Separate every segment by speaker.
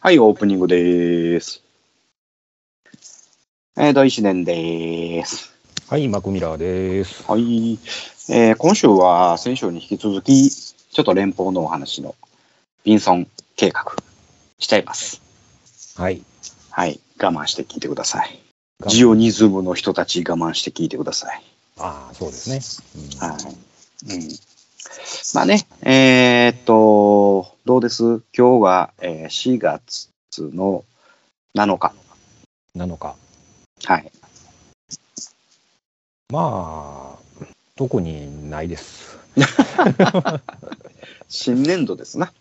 Speaker 1: はい、オープニングです。えー、大自然です。
Speaker 2: はい、マクミラーです。
Speaker 1: はい。えー今週は先週に引き続き、ちょっと連邦のお話のビンソン計画しちゃいます。
Speaker 2: はい。
Speaker 1: はい。我慢して聞いてください。ジオニズムの人たち我慢して聞いてください。
Speaker 2: ああ、そうですね。うん
Speaker 1: はい。うん。まあね、えーっと、どうです今日は、えー4月の7日。
Speaker 2: なのか。
Speaker 1: はい。
Speaker 2: まあ、特にないです。
Speaker 1: 新年度ですな。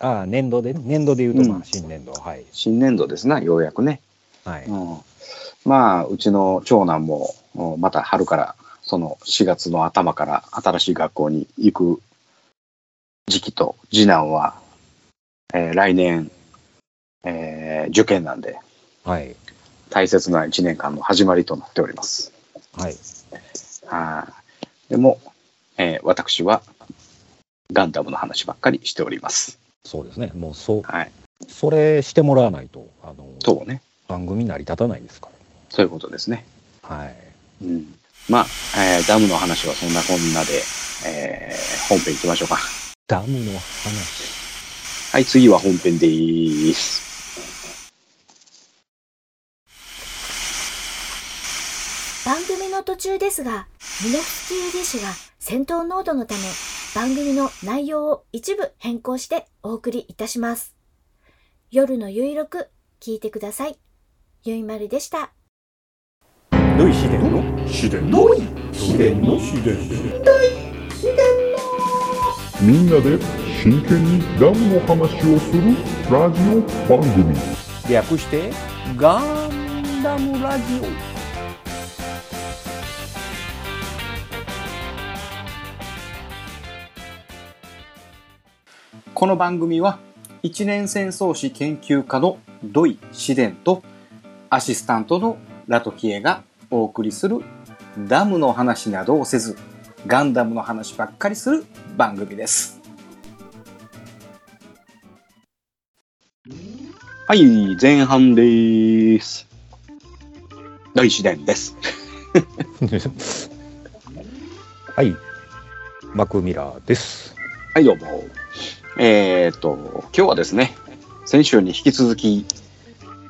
Speaker 2: ああ、年度で、年度で言うと、ま
Speaker 1: うん
Speaker 2: あ、新年度、はい。
Speaker 1: 新年度ですな、ようやくね。
Speaker 2: はい。
Speaker 1: うん、まあ、うちの長男も、うんまた春から、その4月の頭から新しい学校に行く時期と、次男は、えー来年、えー受験なんで、
Speaker 2: はい。
Speaker 1: 大切な1年間の始まりとなっております。
Speaker 2: はい。
Speaker 1: はい。でも、えー私は、ガンダムの話ばっかりしております。
Speaker 2: そうですね。もう、そう、
Speaker 1: はい。
Speaker 2: それしてもらわないと、あの、
Speaker 1: そうね。
Speaker 2: 番組成り立たないですか
Speaker 1: そういうことですね。
Speaker 2: ら。はい。
Speaker 1: うんまあ、えーダムの話はそんなこんなで、えー本編行きましょうか。
Speaker 2: ダムの話。
Speaker 1: はい、次は本編でーす。
Speaker 3: 番組の途中ですが、ミノフスキー粒子が戦闘濃度のため、番組の内容を一部変更してお送りいたします。夜のゆいろく、聞いてください。ゆいまるでした。
Speaker 4: ぬい秘伝の秘伝の秘伝の秘伝
Speaker 5: みんなで真剣にダムの話をするラジオ番組
Speaker 4: 略してガンダムラジ
Speaker 1: この番組は、一年戦争史研究家の土井紫伝と、アシスタントのラトキエがお送りする、ダムの話などをせず、ガンダムの話ばっかりする番組です。はい、前半でーす。土井紫伝です。
Speaker 2: はい。マクミラーです。
Speaker 1: はい、どうも。えー、っと、今日はですね、先週に引き続き、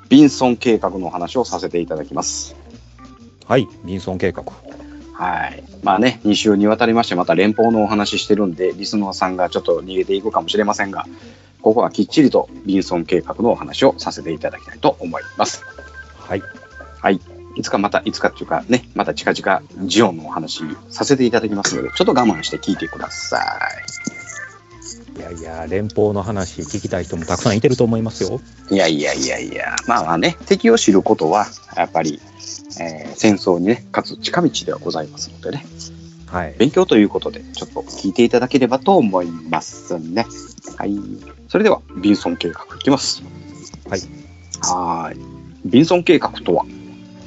Speaker 1: ビンソン計画のお話をさせていただきます。
Speaker 2: はい。ビンソン計画。
Speaker 1: はい。まあね、2週にわたりまして、また連邦のお話ししてるんで、リスナーさんがちょっと逃げていくかもしれませんが、ここはきっちりとビンソン計画のお話をさせていただきたいと思います。
Speaker 2: はい。
Speaker 1: いつかまた、いつかっていうかね、また近々ジオンのお話させていただきますので、ちょっと我慢して聞いてくださ
Speaker 2: いやいや、連邦の話聞きたい人もたくさんいてると思いますよ。
Speaker 1: い。いやいやいやいや、まあまあね、敵を知ることは、やっぱり、えー戦争にね、かつ近道ではございますのでね、
Speaker 2: はい。
Speaker 1: 勉強ということで、ちょっと聞いていただければと思いますね。はい。それでは、ビンソン計画いきます。
Speaker 2: はい。
Speaker 1: はーい。ビンソン計画とは、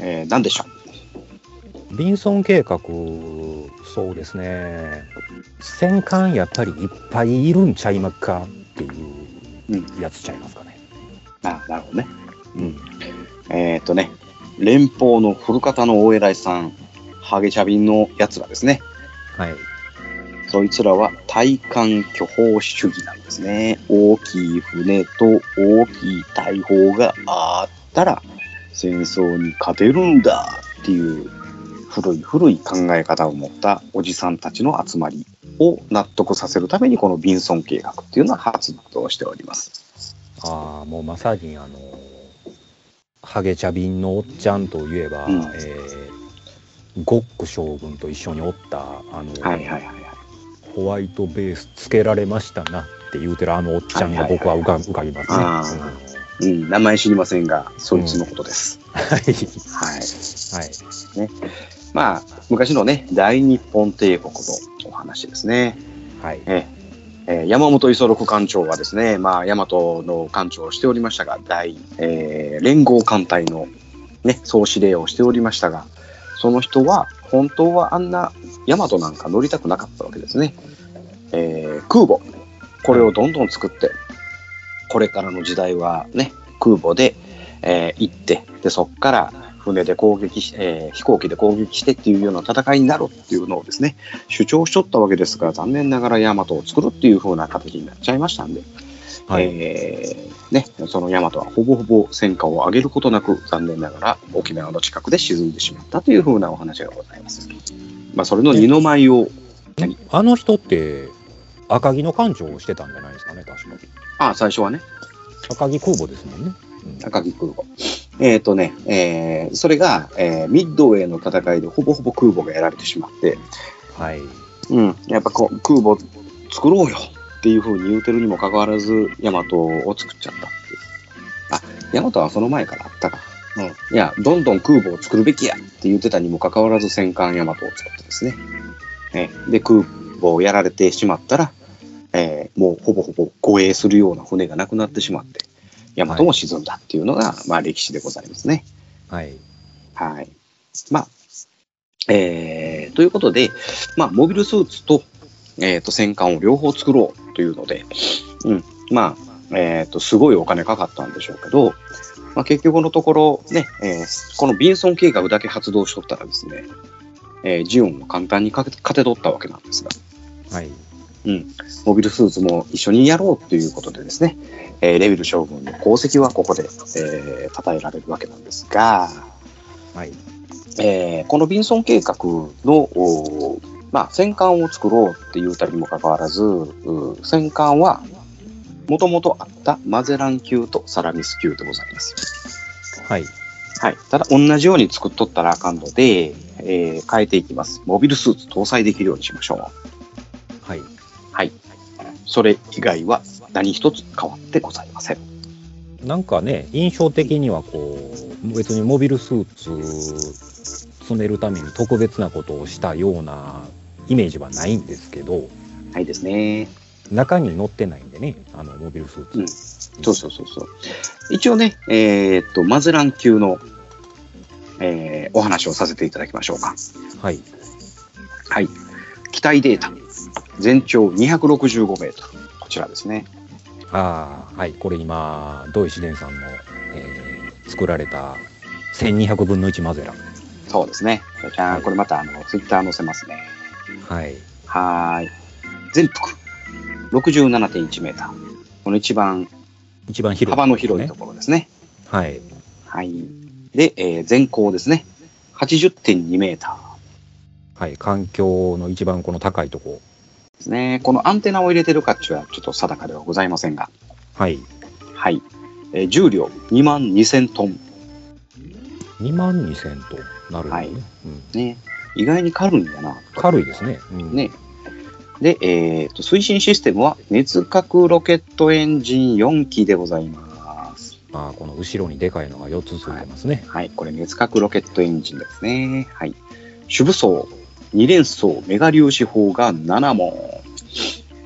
Speaker 1: えー何でしょ
Speaker 2: ビンソン計画、そうですね、戦艦やっぱりいっぱいいるんちゃいまっかっていうやつちゃいますかね。
Speaker 1: うあなるほどね。
Speaker 2: うん、
Speaker 1: えっ、とね、連邦の古方のお偉いさん、ハゲチャビンのやつらですね。
Speaker 2: はい、
Speaker 1: そいつらは体艦巨砲主義なんですね。大きい船と大きい大砲があったら戦争に勝てるんだっていう古い古い考え方を持ったおじさんたちの集まりを納得させるためにこのビンソン計画っていうのは発動しております。
Speaker 2: ああ、もうまさにあの、ハゲチャビンのおっちゃんといえば、
Speaker 1: うん
Speaker 2: えーゴック将軍と一緒におった、あの、
Speaker 1: はいはいはい。
Speaker 2: ホワイトベースつけられましたなって言うてるあのおっちゃんが僕は浮か,、浮かびますね。
Speaker 1: あーうん、名前知りませんが、そいつのことです。
Speaker 2: うん
Speaker 1: はい。
Speaker 2: はい、はい、
Speaker 1: まあ、昔のね、大日本帝国のお話ですね。
Speaker 2: はい、
Speaker 1: えええー山本五十六艦長はですね、まあ、大和の艦長をしておりましたが、大、えー連合艦隊の、ね、総司令をしておりましたが、その人は、本当はあんな大和なんか乗りたくなかったわけですね。えー空母、これをどんどん作って、これからの時代はね、空母で、えー行って、で、そこから船で攻撃し、えー飛行機で攻撃してっていうような戦いになるっていうのをですね、主張しとったわけですが、残念ながらヤマトを作るっていう風な形になっちゃいましたんで、
Speaker 2: はい
Speaker 1: えーね、そのヤマトはほぼほぼ戦果を上げることなく、残念ながら沖縄の近くで沈んでしまったという風なお話がございます。まあ、それの二の舞を、何
Speaker 2: あの人って赤城の艦長をしてたんじゃないですかね確か
Speaker 1: あ、最初はね、
Speaker 2: 赤城空母ですもんね、うん
Speaker 1: 赤城空母。えっ、とね、えーそれが、えーミッドウェーの戦いでほぼほぼ空母がやられてしまって、
Speaker 2: はい
Speaker 1: うん、やっぱこう空母作ろうよっていうふうに言うてるにもかかわらず、ヤマトを作っちゃったっていう。あ、ヤマトはその前からあったか。うん、いや、どんどん空母を作るべきやって言ってたにもかかわらず戦艦ヤマトを作ってですね。ねで、空母をやられてしまったら、えーもうほぼほぼ護衛するような船がなくなってしまって、ヤマトも沈んだっていうのが、まあ歴史でございますね。
Speaker 2: はい
Speaker 1: はい。まあ、えー、ということで、まあ、モビルスーツと、えー、と、戦艦を両方作ろうというので、うん、まあ、えっ、と、すごいお金かかったんでしょうけど、まあ、結局のところ、ね、えーこのビンソン計画だけ発動しとったらですね、えージオンは簡単にかけ勝て取ったわけなんですが、
Speaker 2: はい
Speaker 1: モビルスーツも一緒にやろうということでですね、えーレビル将軍の功績はここで、えー、称えられるわけなんですが、
Speaker 2: はい
Speaker 1: えーこのビンソン計画の、おーまあ、戦艦を作ろうっていうたりにもかかわらず、うー戦艦はもともとあったマゼラン級とサラミス級でございます。
Speaker 2: はい
Speaker 1: はい、ただ、同じように作っとったらあかんので、えー変えていきます。モビルスーツ搭載できるようにしましょう。
Speaker 2: はい
Speaker 1: それ以外は何一つ変わってございません。
Speaker 2: なんかね印象的にはこう別にモビルスーツ詰めるために特別なことをしたようなイメージはないんですけど
Speaker 1: はいですね。
Speaker 2: 中に乗ってないんでねあのモビルスーツ、
Speaker 1: そうそうそうそう。一応ね、えーっと、マゼラン級の、えーお話をさせていただきましょうか。
Speaker 2: はい
Speaker 1: はい。機体データ。全長265メートル。こちらですね。
Speaker 2: ああはいこれ今土井紫伝さんの、えー作られた1200分の1マゼラン
Speaker 1: そうですね。じゃじゃーん。これまた、あの、ツイッター載せますね。
Speaker 2: はい
Speaker 1: はーい。全幅。67.1メーター。この一番
Speaker 2: 一番広い、
Speaker 1: 幅の広いところですね。
Speaker 2: はい
Speaker 1: はい。で、えー全高ですね。80.2メーター
Speaker 2: はい環境の一番この高いとこ
Speaker 1: ですね。このアンテナを入れてるかっちゅうのはちょっと定かではございませんが。
Speaker 2: はい
Speaker 1: はい。えー重量2万2000トン。
Speaker 2: 2万2000となるよね、
Speaker 1: はい
Speaker 2: うん、
Speaker 1: ね。意外に軽いんだな。
Speaker 2: 軽いですね、うん
Speaker 1: ね。で、えーと、推進システムは熱核ロケットエンジン4機でございます。
Speaker 2: ああこの後ろにでかいのが4つついてますね
Speaker 1: はい、これ熱核ロケットエンジンですね。はい。主武装、2連装、メガ粒子砲が7門。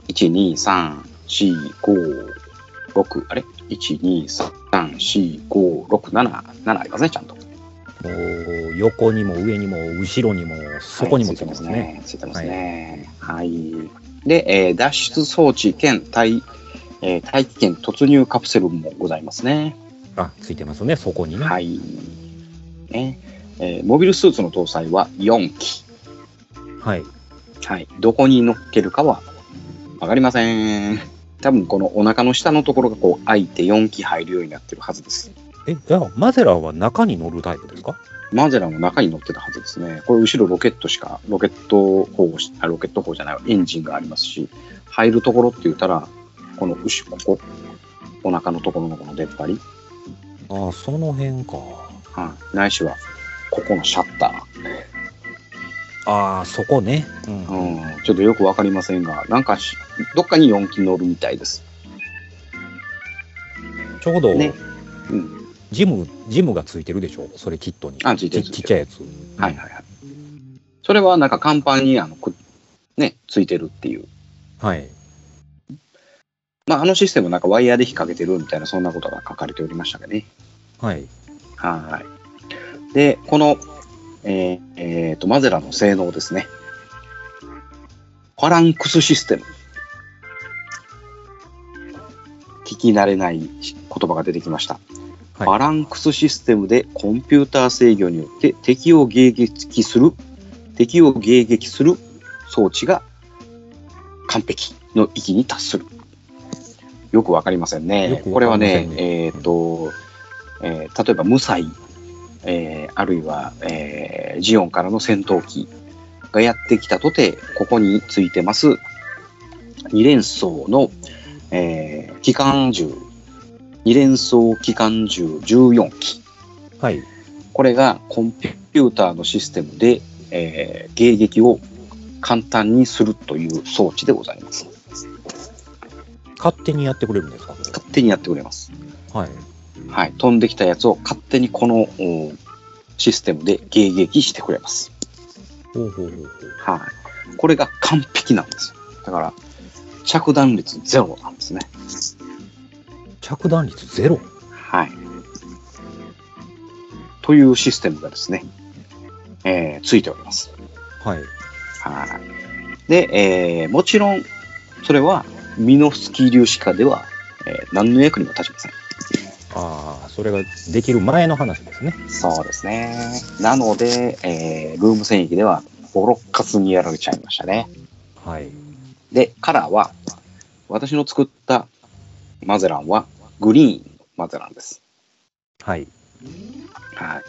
Speaker 1: 1、2、3、4、5、6、あれ ?1、2、3、4、5、6、7、7ありますね、ちゃんと。
Speaker 2: もう横にも上にも後ろにもそこにもついてますね,、
Speaker 1: はい。ついてますね。はい。で、えー脱出装置兼対、えー大気圏突入カプセルもございますね。
Speaker 2: あついてますねそこにね、
Speaker 1: はい。ねえーモビルスーツの搭載は4機。
Speaker 2: はい
Speaker 1: はい。どこに乗っけるかはわかりません。多分このお腹の下のところがこう開いて4機入るようになってるはずです。
Speaker 2: えじゃあマゼランは中に乗るタイプですか
Speaker 1: マゼランも中に乗ってたはずですね。これ後ろロケットしか、ロケット砲し、あロケット砲じゃない、エンジンがありますし、入るところって言ったら、この後ろ、ここ、お腹のところのこの出っ張り、
Speaker 2: ああその辺か
Speaker 1: はい、ないしは、ここのシャッタ
Speaker 2: ああそこね、
Speaker 1: ー、うん、ちょっとよくわかりませんが、なんかし、どっかに4機乗るみたいです。
Speaker 2: ちょうど、
Speaker 1: ねう
Speaker 2: ジムジムがついてるでしょそれキットに
Speaker 1: あついてるつ
Speaker 2: ち
Speaker 1: い
Speaker 2: ちってちゃいやつ
Speaker 1: はいはいはい。それはなんか甲板に、あの、くね、ついてるっていう。
Speaker 2: はい
Speaker 1: まあ、あのシステムなんかワイヤーで引っ掛けてるみたいな、そんなことが書かれておりましたけどね。
Speaker 2: はい
Speaker 1: はい。で、この、えーえーと、マゼラの性能ですね。ファランクスシステム。聞き慣れない言葉が出てきました。
Speaker 2: はい
Speaker 1: バランクスシステムでコンピューター制御によって敵を迎撃する、敵を迎撃する装置が完璧の域に達する。よくわかりませんね。
Speaker 2: よく
Speaker 1: こ
Speaker 2: わ
Speaker 1: れ
Speaker 2: か
Speaker 1: は
Speaker 2: りませ
Speaker 1: ね
Speaker 2: んね、
Speaker 1: えーっと、えー例えば無罪、えーあるいは、えージオンからの戦闘機がやってきたとて、ここについてます二連装の、えー機関銃、二連装機関銃14機。
Speaker 2: はい。
Speaker 1: これがコンピューターのシステムで、えー迎撃を簡単にするという装置でございます。
Speaker 2: 勝手にやってくれるんですか
Speaker 1: 勝手にやってくれます。
Speaker 2: はい。
Speaker 1: はい、飛んできたやつを勝手にこのおシステムで迎撃してくれます。
Speaker 2: ほうほうほうほう。
Speaker 1: はい、これが完璧なんですよ。だから着弾率ゼロなんですね。
Speaker 2: 着弾率ゼロ
Speaker 1: はい。というシステムがですね、えーついております。
Speaker 2: はい。
Speaker 1: はい。で、えーもちろん、それは、ミノフスキー粒子化では、えー何の役にも立ちません。
Speaker 2: ああ、それができる前の話ですね。
Speaker 1: そうですね。なので、えールーム戦役では、ボロッカスにやられちゃいましたね。
Speaker 2: はい。
Speaker 1: で、カラーは、私の作ったマゼランは、グリーンのマゼランです。
Speaker 2: はい。
Speaker 1: はい。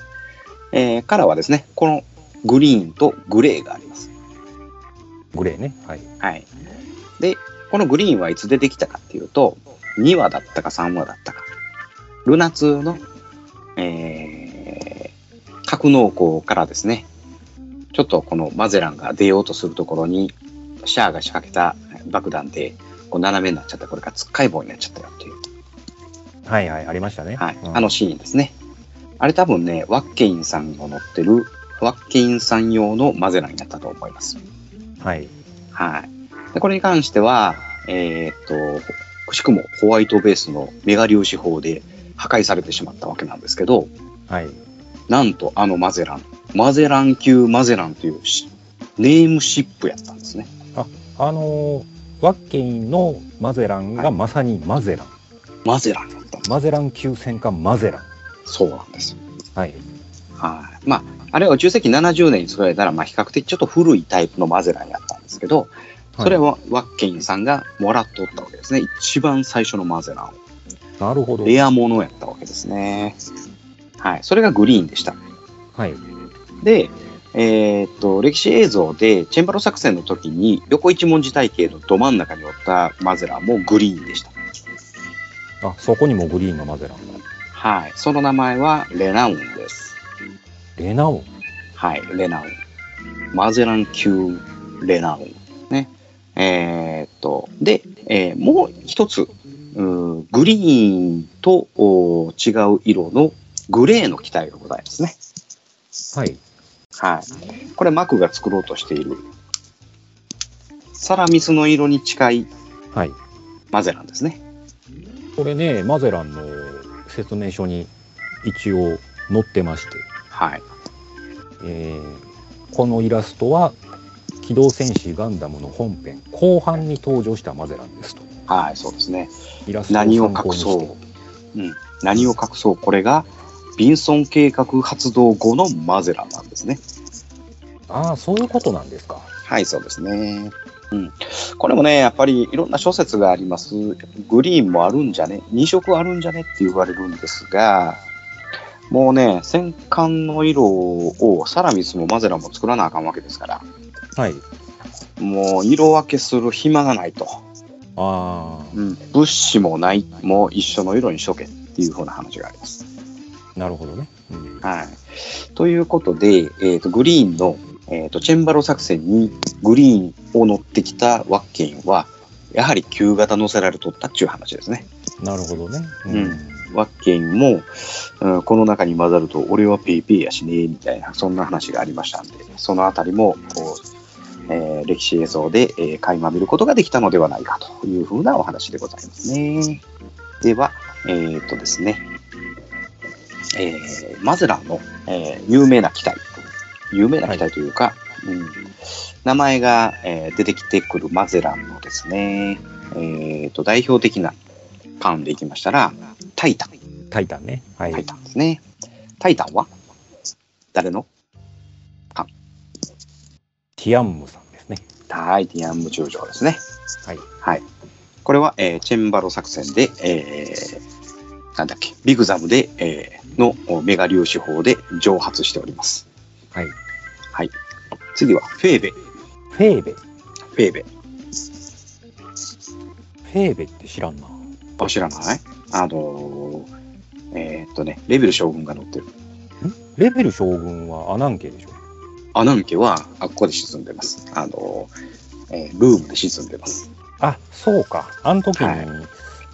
Speaker 1: えーカラーはですね、このグリーンとグレーがあります。
Speaker 2: グレーね。はい。
Speaker 1: はい。で、このグリーンはいつ出てきたかっていうと、2話だったか3話だったか。ルナ2の、えー、格納庫からですね、ちょっとこのマゼランが出ようとするところに、シャアが仕掛けた爆弾で、こう斜めになっちゃった、これがつっかい棒になっちゃったよっていう、
Speaker 2: はいはい。ありましたね。
Speaker 1: はい、
Speaker 2: うん
Speaker 1: あのシーンですね。あれ多分ね、ワッケインさんが乗ってる、ワッケインさん用のマゼランだったと思います。
Speaker 2: はい。
Speaker 1: はい。でこれに関しては、えーっと、くしくもホワイトベースのメガ粒子砲で破壊されてしまったわけなんですけど、
Speaker 2: はい。
Speaker 1: なんとあのマゼラン、マゼラン級マゼランというしネームシップやったんですね。
Speaker 2: あのーワッケインのマゼランがまさにマゼラン。
Speaker 1: マゼランだったんです。
Speaker 2: マゼラン級戦艦マゼラン。
Speaker 1: そうなんですよ。
Speaker 2: はい。
Speaker 1: はい。まあ、あれは宇宙世紀70年に作られたら、まあ、比較的ちょっと古いタイプのマゼランやったんですけど、それ
Speaker 2: は
Speaker 1: をワッケインさんがもらっとったわけですね。一番最初のマゼランを。
Speaker 2: い。なるほど。
Speaker 1: レアものやったわけですね。はい。それがグリーンでした。
Speaker 2: はい。
Speaker 1: で、えーっと、歴史映像で、チェンバロ作戦の時に、横一文字体系のど真ん中におったマゼランもグリーンでした。
Speaker 2: あ、そこにもグリーンのマゼランが。
Speaker 1: はい。その名前はレナウンです。
Speaker 2: レナオン。
Speaker 1: はい、レナウン。マゼラン級レナウン。ね。えーっと、で、えーもう一つ、うーグリーンとおー違う色のグレーの機体がございますね。
Speaker 2: はい。
Speaker 1: はい。これ、マクが作ろうとしている、サラミスの色に近い
Speaker 2: はい。
Speaker 1: マゼランですね。
Speaker 2: これね、マゼランの説明書に一応載ってまして、
Speaker 1: はい。
Speaker 2: えーこのイラストは、機動戦士ガンダムの本編、後半に登場したマゼランですと。
Speaker 1: はい、そうですね。
Speaker 2: イラスト
Speaker 1: 何を
Speaker 2: 参考
Speaker 1: 隠
Speaker 2: にして
Speaker 1: そう。うん。何を隠そう。これが、ビンソン計画発動後のマゼランなんですね。
Speaker 2: ああ、そういうことなんですか。
Speaker 1: はい、そうですね。うん。これもね、やっぱりいろんな諸説があります。グリーンもあるんじゃね ?2 色あるんじゃねって言われるんですが、もうね、戦艦の色をサラミスもマゼランも作らなあかんわけですから。
Speaker 2: はい。
Speaker 1: もう色分けする暇がないと、
Speaker 2: ああ、
Speaker 1: 物資もないもう一緒の色にしとけっていう風な話があります。
Speaker 2: なるほどね。うん
Speaker 1: はい、ということで、えー、とグリーンの、えー、とチェンバロ作戦にグリーンを乗ってきたワッケインはやはり旧型乗せられとったっていう話ですね。
Speaker 2: なるほどね。
Speaker 1: うんワッケインも、うん、この中に混ざると俺はペイペイやしねえみたいなそんな話がありましたんでそのあたりもこう、えー歴史映像で、えー垣間見ることができたのではないかというふうなお話でございますね。では、えーっとですね、えーマゼランの、えー有名な機体有名な機体というか、うん、名前が、えー出てきてくるマゼランのですね、えーっと代表的な噛んでいきましたら、タイタン。
Speaker 2: タイタンね。はい。
Speaker 1: タイタンですね。タイタンは誰の
Speaker 2: ティアンムさんですね。
Speaker 1: タイティアンム中将ですね。
Speaker 2: はい。
Speaker 1: はい。これは、えーチェンバロ作戦で、えーなんだっけ、ビグザムで、えーのおメガ粒子砲で蒸発しております。
Speaker 2: はい。
Speaker 1: 次は、フェーベ。フ
Speaker 2: フェーベ。フ
Speaker 1: ェーベ。
Speaker 2: ェーベって知らんな。
Speaker 1: あ、知らないあのーえーっとね、レベル将軍が乗ってる。
Speaker 2: レベル将軍はアナンケでしょ。
Speaker 1: アナン家は、あ、ここで沈んでます。あのーえールームで沈んでます。
Speaker 2: あ、そうか。あの時に、
Speaker 1: はい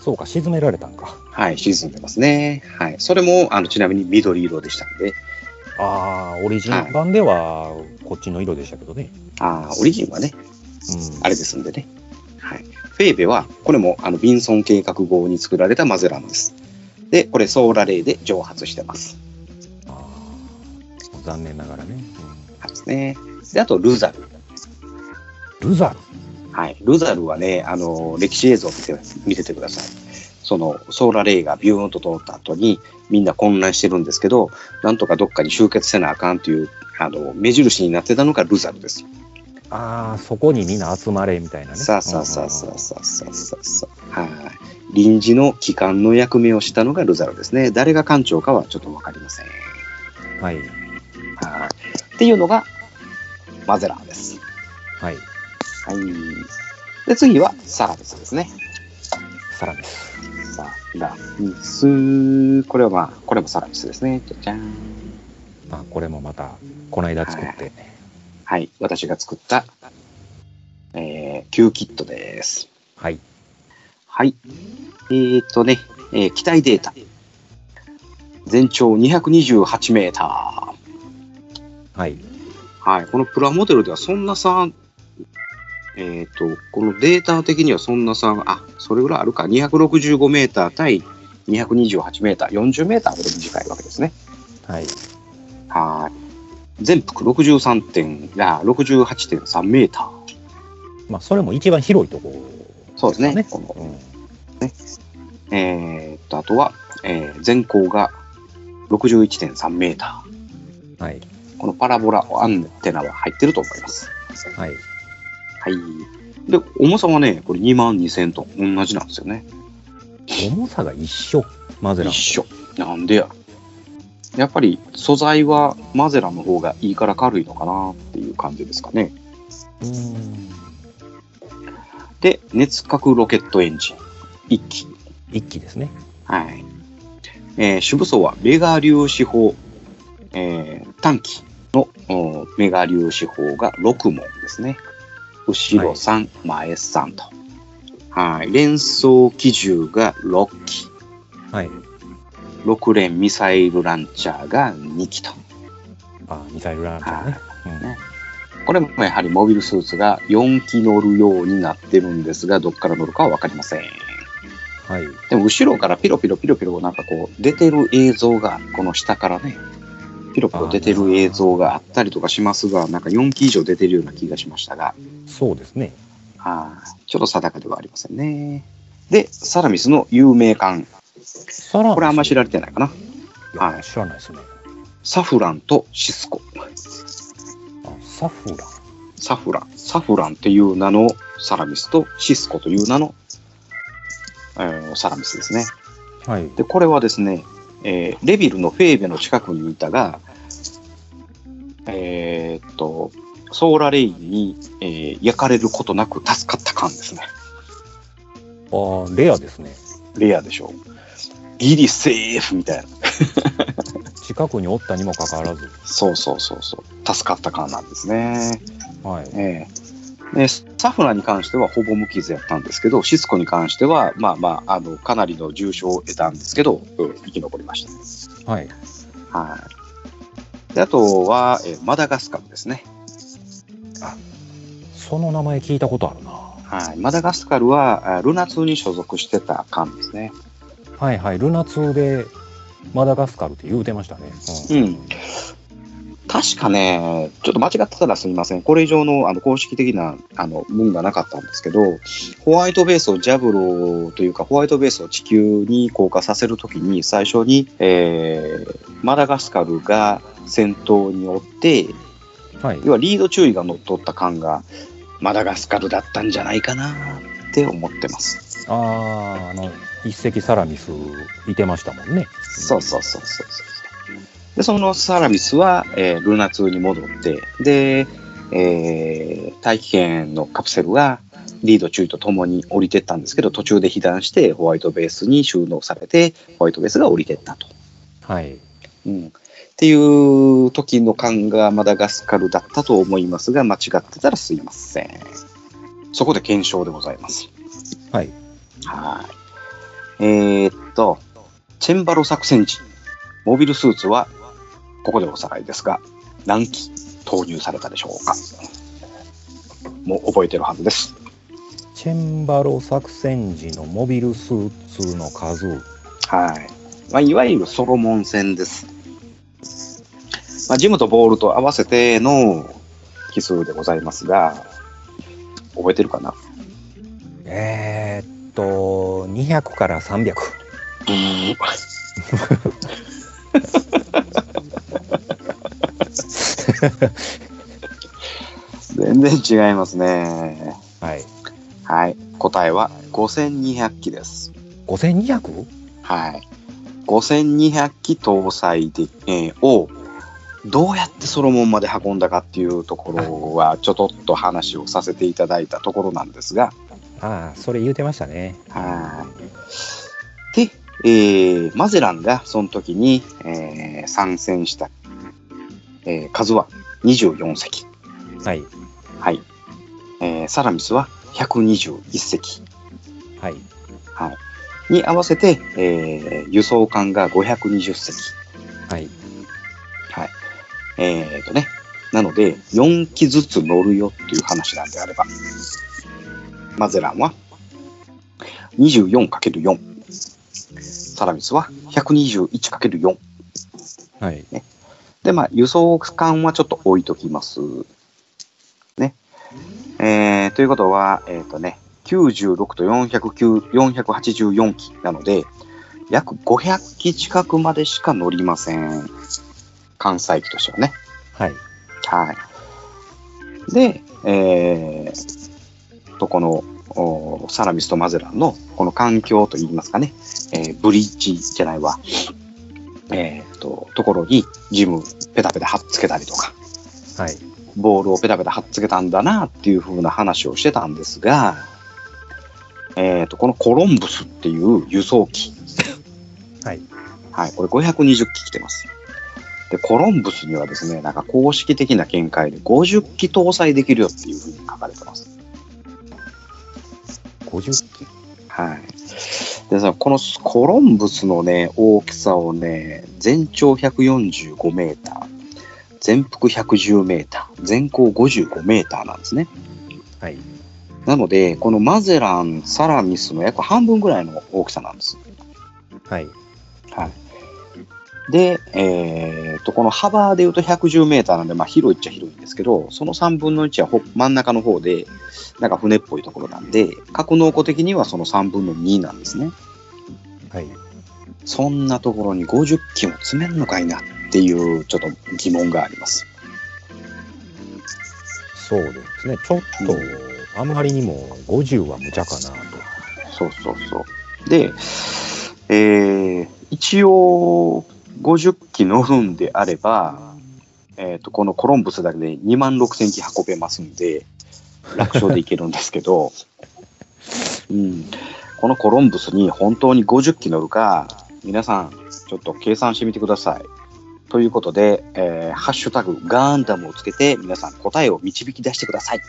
Speaker 2: そうか、沈められたんか。
Speaker 1: はい、沈んでますね。はい。それも、あの、ちなみに緑色でしたので、
Speaker 2: ああ、オリジン版ではこっちの色でしたけどね。
Speaker 1: あーオリジンはね、
Speaker 2: うん。
Speaker 1: あれですんでね。はい、フェーベは、これもあのビンソン計画号に作られたマゼランです。で、これソーラレイで蒸発してます。
Speaker 2: あー残念ながらね。
Speaker 1: はいですね、であと、ルザル。
Speaker 2: うんルザル。
Speaker 1: はい、ルザルはね、あの歴史映像を見て見ててください。そのソーラレイがビューンと通った後にみんな混乱してるんですけど、なんとかどっかに集結せなあかんというあの目印になってたのがルザルです。
Speaker 2: ああ、そこにみんな集まれみたいなね。
Speaker 1: さあさあさあさあさあさあさあさあ。はい。臨時の機関の役目をしたのがルザルですね。誰が艦長かはちょっとわかりません。
Speaker 2: うんはい。
Speaker 1: はい。っていうのが、マゼランです。
Speaker 2: はい。
Speaker 1: はい。で、次はサラミスですね。
Speaker 2: サラミス。
Speaker 1: サラミス。これはまあ、これもサラミスですね。じゃじゃん。
Speaker 2: あ、これもまた、この間作って。
Speaker 1: はい。私が作った、えー、キューキットです。
Speaker 2: はい。
Speaker 1: はい。えー、っとね、えー機体データ。全長228メータ
Speaker 2: はい。
Speaker 1: ー。はい。このプラモデルではそんな差、えー、っと、このデータ的にはそんな差が、あ、それぐらいあるか。265メーター対228メーター。40メーターほど短いわけですね。
Speaker 2: はい。
Speaker 1: はい。全幅63点、あ、68.3メーター。
Speaker 2: まあ、それも一番広いところ、
Speaker 1: そうですね。この
Speaker 2: うん。
Speaker 1: えーっと、あとは、えー全高が61.3メーター。
Speaker 2: はい。
Speaker 1: このパラボラアンテナは入ってると思います。
Speaker 2: はい。
Speaker 1: はい。で、重さはね、これ2万2000トン。同じなんですよね。
Speaker 2: 重さが一緒。マゼラン
Speaker 1: 一。緒。なんでや。やっぱり素材はマゼラの方がいいから軽いのかなっていう感じですかね。
Speaker 2: うん。
Speaker 1: で、熱核ロケットエンジン。1機。
Speaker 2: 一機ですね。
Speaker 1: はい。えー主武装はメガ粒子砲、えー短期のおメガ粒子砲が6門ですね。後ろ3、前3と。はい。連装機銃が6機。
Speaker 2: はい。
Speaker 1: 6連ミサイルランチャーが2機と。
Speaker 2: あ、ミサイルランチャーね。うん
Speaker 1: これもやはりモビルスーツが4機乗るようになってるんですが、どっから乗るかはわかりません。
Speaker 2: はい。
Speaker 1: でも後ろからピロピロピロピロなんかこう出てる映像がこの下からねピロピロ出てる映像があったりとかしますがなんか4機以上出てるような気がしましたが
Speaker 2: そうですね。
Speaker 1: はいちょっと定かではありませんねでサラミスの有名艦
Speaker 2: サラミス
Speaker 1: これあんま知られてないかない
Speaker 2: や
Speaker 1: はい
Speaker 2: 知らないですね。
Speaker 1: サフランとシスコ
Speaker 2: あ、サフラン。
Speaker 1: サフランサフランという名のサラミスとシスコという名の、えーサラミスですね
Speaker 2: はい。
Speaker 1: でこれはですね、えーレビルのフェーベの近くにいたが、えーっとソーラレイに、えー焼かれることなく助かった感ですね。
Speaker 2: ああ、レアですね。
Speaker 1: レアでしょう。ギリセーフみたいな。
Speaker 2: 近くにおったにもかかわらず。
Speaker 1: そうそうそうそう。助かった感なんですね。
Speaker 2: はい。
Speaker 1: ええねサフラに関してはほぼ無傷やったんですけど、シスコに関しては、まあまあ、あのかなりの重傷を得たんですけど、うん生き残りまし
Speaker 2: はい。
Speaker 1: た。はい。であとは、えーマダガスカルですね。
Speaker 2: その名前聞いたことあるな。
Speaker 1: はい、マダガスカルはあルナ2に所属してた艦ですね。
Speaker 2: はいはい。ルナ2でマダガスカルって言うてましたね。
Speaker 1: うん、確かね、ちょっと間違ってたらすみません。これ以上のあの公式的なあの文がなかったんですけど、ホワイトベースをジャブローというか、ホワイトベースを地球に降下させるときに、最初に、えーマダガスカルが先頭におって、
Speaker 2: はい。
Speaker 1: 要はリード注意が乗っ取った感が、マダガスカルだったんじゃないかなって思ってます。
Speaker 2: ああ、あの、一隻サラミスいてましたもんね。
Speaker 1: そうそうそうそうそう。で、そのサラミスは、えールナ2に戻って、で、えー大気圏のカプセルがリード注意とともに降りてったんですけど、途中で被弾してホワイトベースに収納されて、ホワイトベースが降りてったと。
Speaker 2: はい。
Speaker 1: うん。っていう時の感がマダガスカルだったと思いますが、間違ってたらすいません。そこで検証でございます。
Speaker 2: はい。
Speaker 1: はい。えーっと、チェンバロ作戦時、モビルスーツは、ここでおさらいですが、何機投入されたでしょうかもう覚えてるはずです。
Speaker 2: チェンバロ作戦時のモビルスーツの数。
Speaker 1: はい。まあ、いわゆるソロモン戦です。まあ、ジムとボールと合わせての奇数でございますが、覚えてるかな
Speaker 2: えーっと、200から300。
Speaker 1: ブー 全然違いますね。
Speaker 2: はい。
Speaker 1: はい。答えは5200機です。
Speaker 2: 5200?
Speaker 1: はい。5200機搭載で、えーをどうやってソロモンまで運んだかっていうところはちょっと話をさせていただいたところなんですが、
Speaker 2: ああ、それ言うてましたね。
Speaker 1: はい。で、えーマゼランがその時に、えー参戦した、えー数は24隻。
Speaker 2: はい。
Speaker 1: はい。えーサラミスは121隻。
Speaker 2: はい。
Speaker 1: に合わせて、えー輸送艦が520隻。
Speaker 2: はい。
Speaker 1: はい。えー、とね。なので、4機ずつ乗るよっていう話なんであれば、マゼランは 24×4。サラミスは 121×4。
Speaker 2: はい。
Speaker 1: で、まあ、輸送艦はちょっと置いときます。ね。えーということは、えっ、とね、96と409 484機なので、約500機近くまでしか乗りません。関西機としてはね。
Speaker 2: はい。
Speaker 1: はい。で、えー、と、この、おサラミスとマゼランの、この環境といいますかね、えーブリッジじゃないわ、えー、と、ところにジムペタペタ貼っつけたりとか、
Speaker 2: はい。
Speaker 1: ボールをペタペタ貼っつけたんだなっていう風な話をしてたんですが、えー、と、このコロンブスっていう輸送機。
Speaker 2: はい。
Speaker 1: はい、これ520機来てます。で、コロンブスにはですね、なんか公式的な見解で50機搭載できるよっていう風に書かれてます。
Speaker 2: 50機。
Speaker 1: はい。でさ、このコロンブスのね、大きさをね、全長145メーター、全幅110メーター、全高55メーターなんですね。
Speaker 2: はい。
Speaker 1: なので、このマゼラン、サラミスの約半分ぐらいの大きさなんです。
Speaker 2: はい。
Speaker 1: はい。で、えー、と、この幅で言うと110メーターなんで、まあ広いっちゃ広いんですけど、その3分の1はほ真ん中の方で、なんか船っぽいところなんで、格納庫的にはその3分の2なんですね。
Speaker 2: はい。
Speaker 1: そんなところに50機も詰めんのかいなっていう、ちょっと疑問があります。
Speaker 2: そうですね。ちょっと、あんまりにも50は無茶かな
Speaker 1: そうそうそう。で、えー一応、50機乗るんであれば、えー、とこのコロンブスだけで2万6000機運べますんで、楽勝でいけるんですけど、 うん、このコロンブスに本当に50機乗るか、皆さん、ちょっと計算してみてください。ということで、えーハッシュタグガンダムをつけて、皆さん答えを導き出してください。よ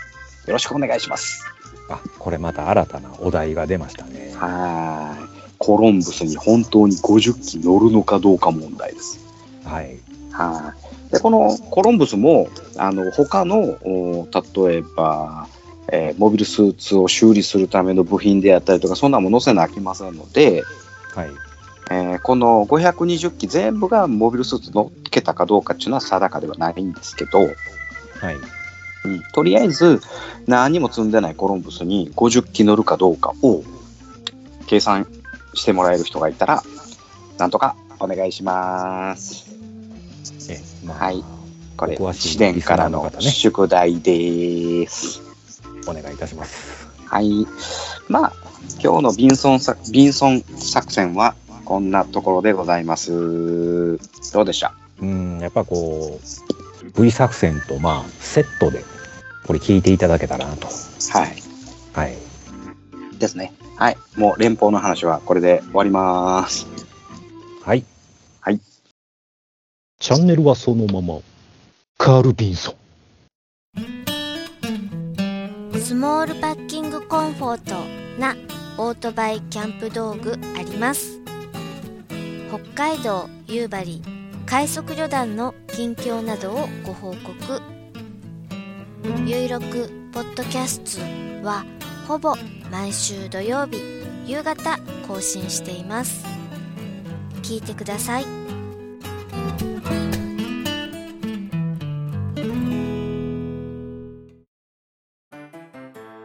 Speaker 1: ろしくお願いします。
Speaker 2: と。あ、これまた新たなお題が出ましたね。
Speaker 1: はーい。コロンブスに本当に50機乗るのかどうか問題です。
Speaker 2: はい。
Speaker 1: はい。で、このコロンブスも、あの、他の、お例えば、えーモビルスーツを修理するための部品であったりとか、そんなもの載せなあきませんので、
Speaker 2: はい。
Speaker 1: えーこの520機全部がモビルスーツ乗っけたかどうかっていうのは定かではないんですけど、
Speaker 2: はい。
Speaker 1: うんとりあえず何も積んでないコロンブスに50機乗るかどうかを計算してもらえる人がいたらなんとかお願いします
Speaker 2: え、まあ、
Speaker 1: はいこれ
Speaker 2: お詳しい
Speaker 1: 試練からの
Speaker 2: リスナーの方ね
Speaker 1: 宿題です、
Speaker 2: お願いいたします。
Speaker 1: はいまあ今日のビンソンさビンソン作戦はこんなところでございますどうでした
Speaker 2: うん、やっぱこう、V 作戦と、まあ、セットで、これ聞いていただけたらなと。
Speaker 1: はい
Speaker 2: はい。
Speaker 1: ですねはいもう連邦の話はこれで終わります
Speaker 2: はい。
Speaker 1: はい。
Speaker 2: チャンネルはそのまま、カール・ビンソン。
Speaker 3: スモールパッキングコンフォートなオートバイキャンプ道具あります北海道夕張快速旅団の近況などをご報告「ゆいろくポッドキャスト」はほぼ毎週土曜日夕方更新しています聞いてください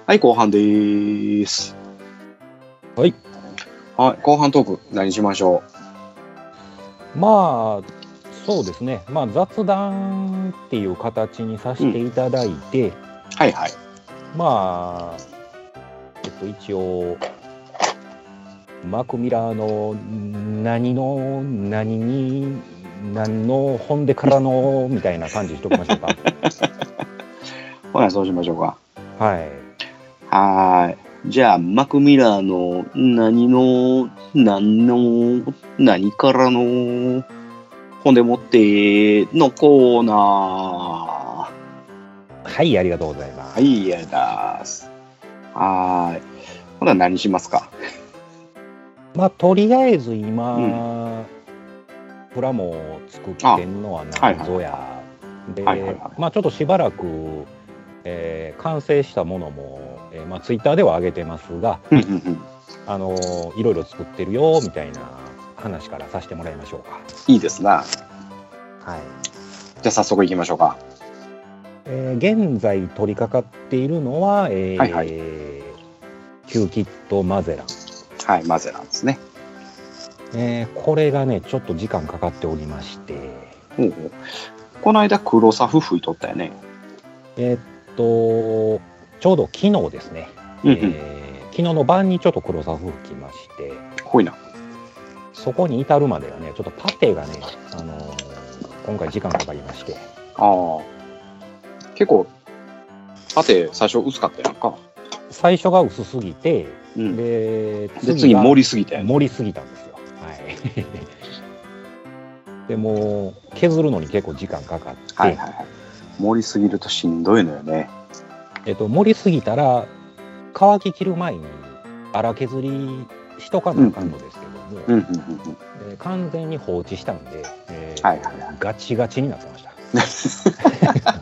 Speaker 1: はい、後半でーす。
Speaker 2: はい。
Speaker 1: はい、後半トーク、何しましょ
Speaker 2: まあ、そうですね。まあ、雑談っていう形にさせていただいて、
Speaker 1: う。はいはい。
Speaker 2: まあ、えっと、一応、マクミラーの何の何に何の本でからのみたいな感じにしときましょう か。
Speaker 1: ほな、そうしましょうか。
Speaker 2: はい。
Speaker 1: はーい。じゃあ、マクミラーの何の、何の、何からの、ほんでもってのコーナ
Speaker 2: はい、ありがとうございま
Speaker 1: ー。
Speaker 2: す。
Speaker 1: はい、やりだーす。はーい。ほな、何しますか。
Speaker 2: まあ、とりあえず今、プラモ作ってんのは何ぞや。で、
Speaker 1: はいはいはい
Speaker 2: まあ、ちょっとしばらく、えー完成したものも、えーまあ、ツイッターでは上げてますが、
Speaker 1: うんうんうん
Speaker 2: あのいろいろ作ってるよみたいな話からさせてもらいましょうか。
Speaker 1: いいですな。
Speaker 2: はい
Speaker 1: じゃあ、早速行きましょうか。
Speaker 2: えー現在取り掛かっているのは、えー
Speaker 1: はいはい
Speaker 2: キューキットマゼラン、
Speaker 1: はい、マゼランですね。
Speaker 2: えーこれがねちょっと時間かかっておりまして
Speaker 1: ほうほうこの間黒サフ吹いとったよね。
Speaker 2: えーっとちょうど昨日ですね、
Speaker 1: うんう
Speaker 2: え
Speaker 1: ん。
Speaker 2: ー昨日の晩にちょっと黒沢風吹きまして
Speaker 1: ほいな。
Speaker 2: そこに至るまではねちょっとパテがね、あのー今回時間かかりまして
Speaker 1: ああ。結構、パテ最初薄かったやんか。
Speaker 2: 最初が薄すぎて
Speaker 1: うん。で、
Speaker 2: で
Speaker 1: 次
Speaker 2: が
Speaker 1: 盛りすぎたやん。
Speaker 2: 盛りすぎたんですよ。はい。 でもう削るのに結構時間かかって、
Speaker 1: はいはいはい。盛りすぎるとしんどいのよね。
Speaker 2: えっと盛りすぎたら乾ききる前に荒削りしとかなあかんのですけども、
Speaker 1: うんうんうんうん。
Speaker 2: えー完全に放置したんで、えー
Speaker 1: はいはいは
Speaker 2: ガチガチになってました。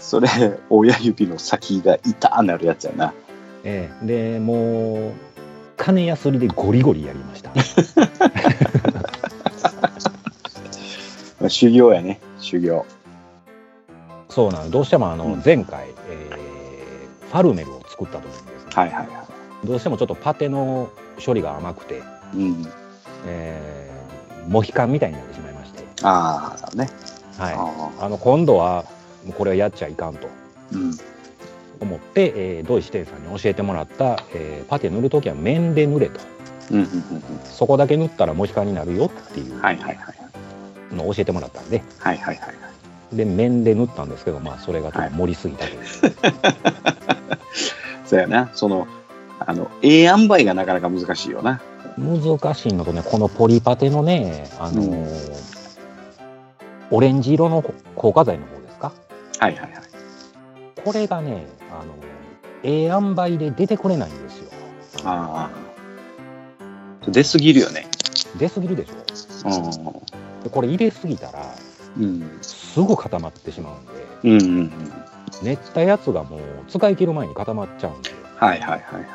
Speaker 1: それ、親指の先が痛ーなるやつやな。
Speaker 2: えーでもう金やすりでゴリゴリやりました。
Speaker 1: 修行やね。修行。
Speaker 2: そうなの。どうしてもあの、
Speaker 1: うん
Speaker 2: 前回、えーファルメルを作った時にですね、
Speaker 1: はいはいは
Speaker 2: どうしてもちょっとパテの処理が甘くて。
Speaker 1: い。うん。
Speaker 2: えーモヒカンみたいになってしまいまして、
Speaker 1: ああ、ね。
Speaker 2: はい、
Speaker 1: ああ。
Speaker 2: あの今度はもうこれはやっちゃいかんと
Speaker 1: うん。
Speaker 2: 思って、えー、土井四天さんに教えてもらった、えーパテ塗るときは面で塗れと
Speaker 1: うんうんうんう
Speaker 2: そこだけ塗ったらモヒカンになるよってい
Speaker 1: ん。はいはいはいうはい。
Speaker 2: のを教えてもらったんで、
Speaker 1: はいはいはい。
Speaker 2: で面で塗ったんですけど、まあ、それがちょっと盛りすぎたという、
Speaker 1: そうやな。その、あの、ええ塩梅がなかなか難しいよな。
Speaker 2: 難しいのとねこのポリパテのね、あのーオレンジ色の硬化剤の方ですか
Speaker 1: はいはいはい。
Speaker 2: これがね、あのーええ塩梅で出てくれないんですよ
Speaker 1: ああ。出すぎるよね。
Speaker 2: 出すぎるでしょ
Speaker 1: う
Speaker 2: でこれ入れすぎたら
Speaker 1: ん。うん。
Speaker 2: すぐ固まってしまうんで
Speaker 1: うんうんうん。
Speaker 2: 練ったやつがもう使い切る前に固まっちゃうんで
Speaker 1: はいはいはいはい。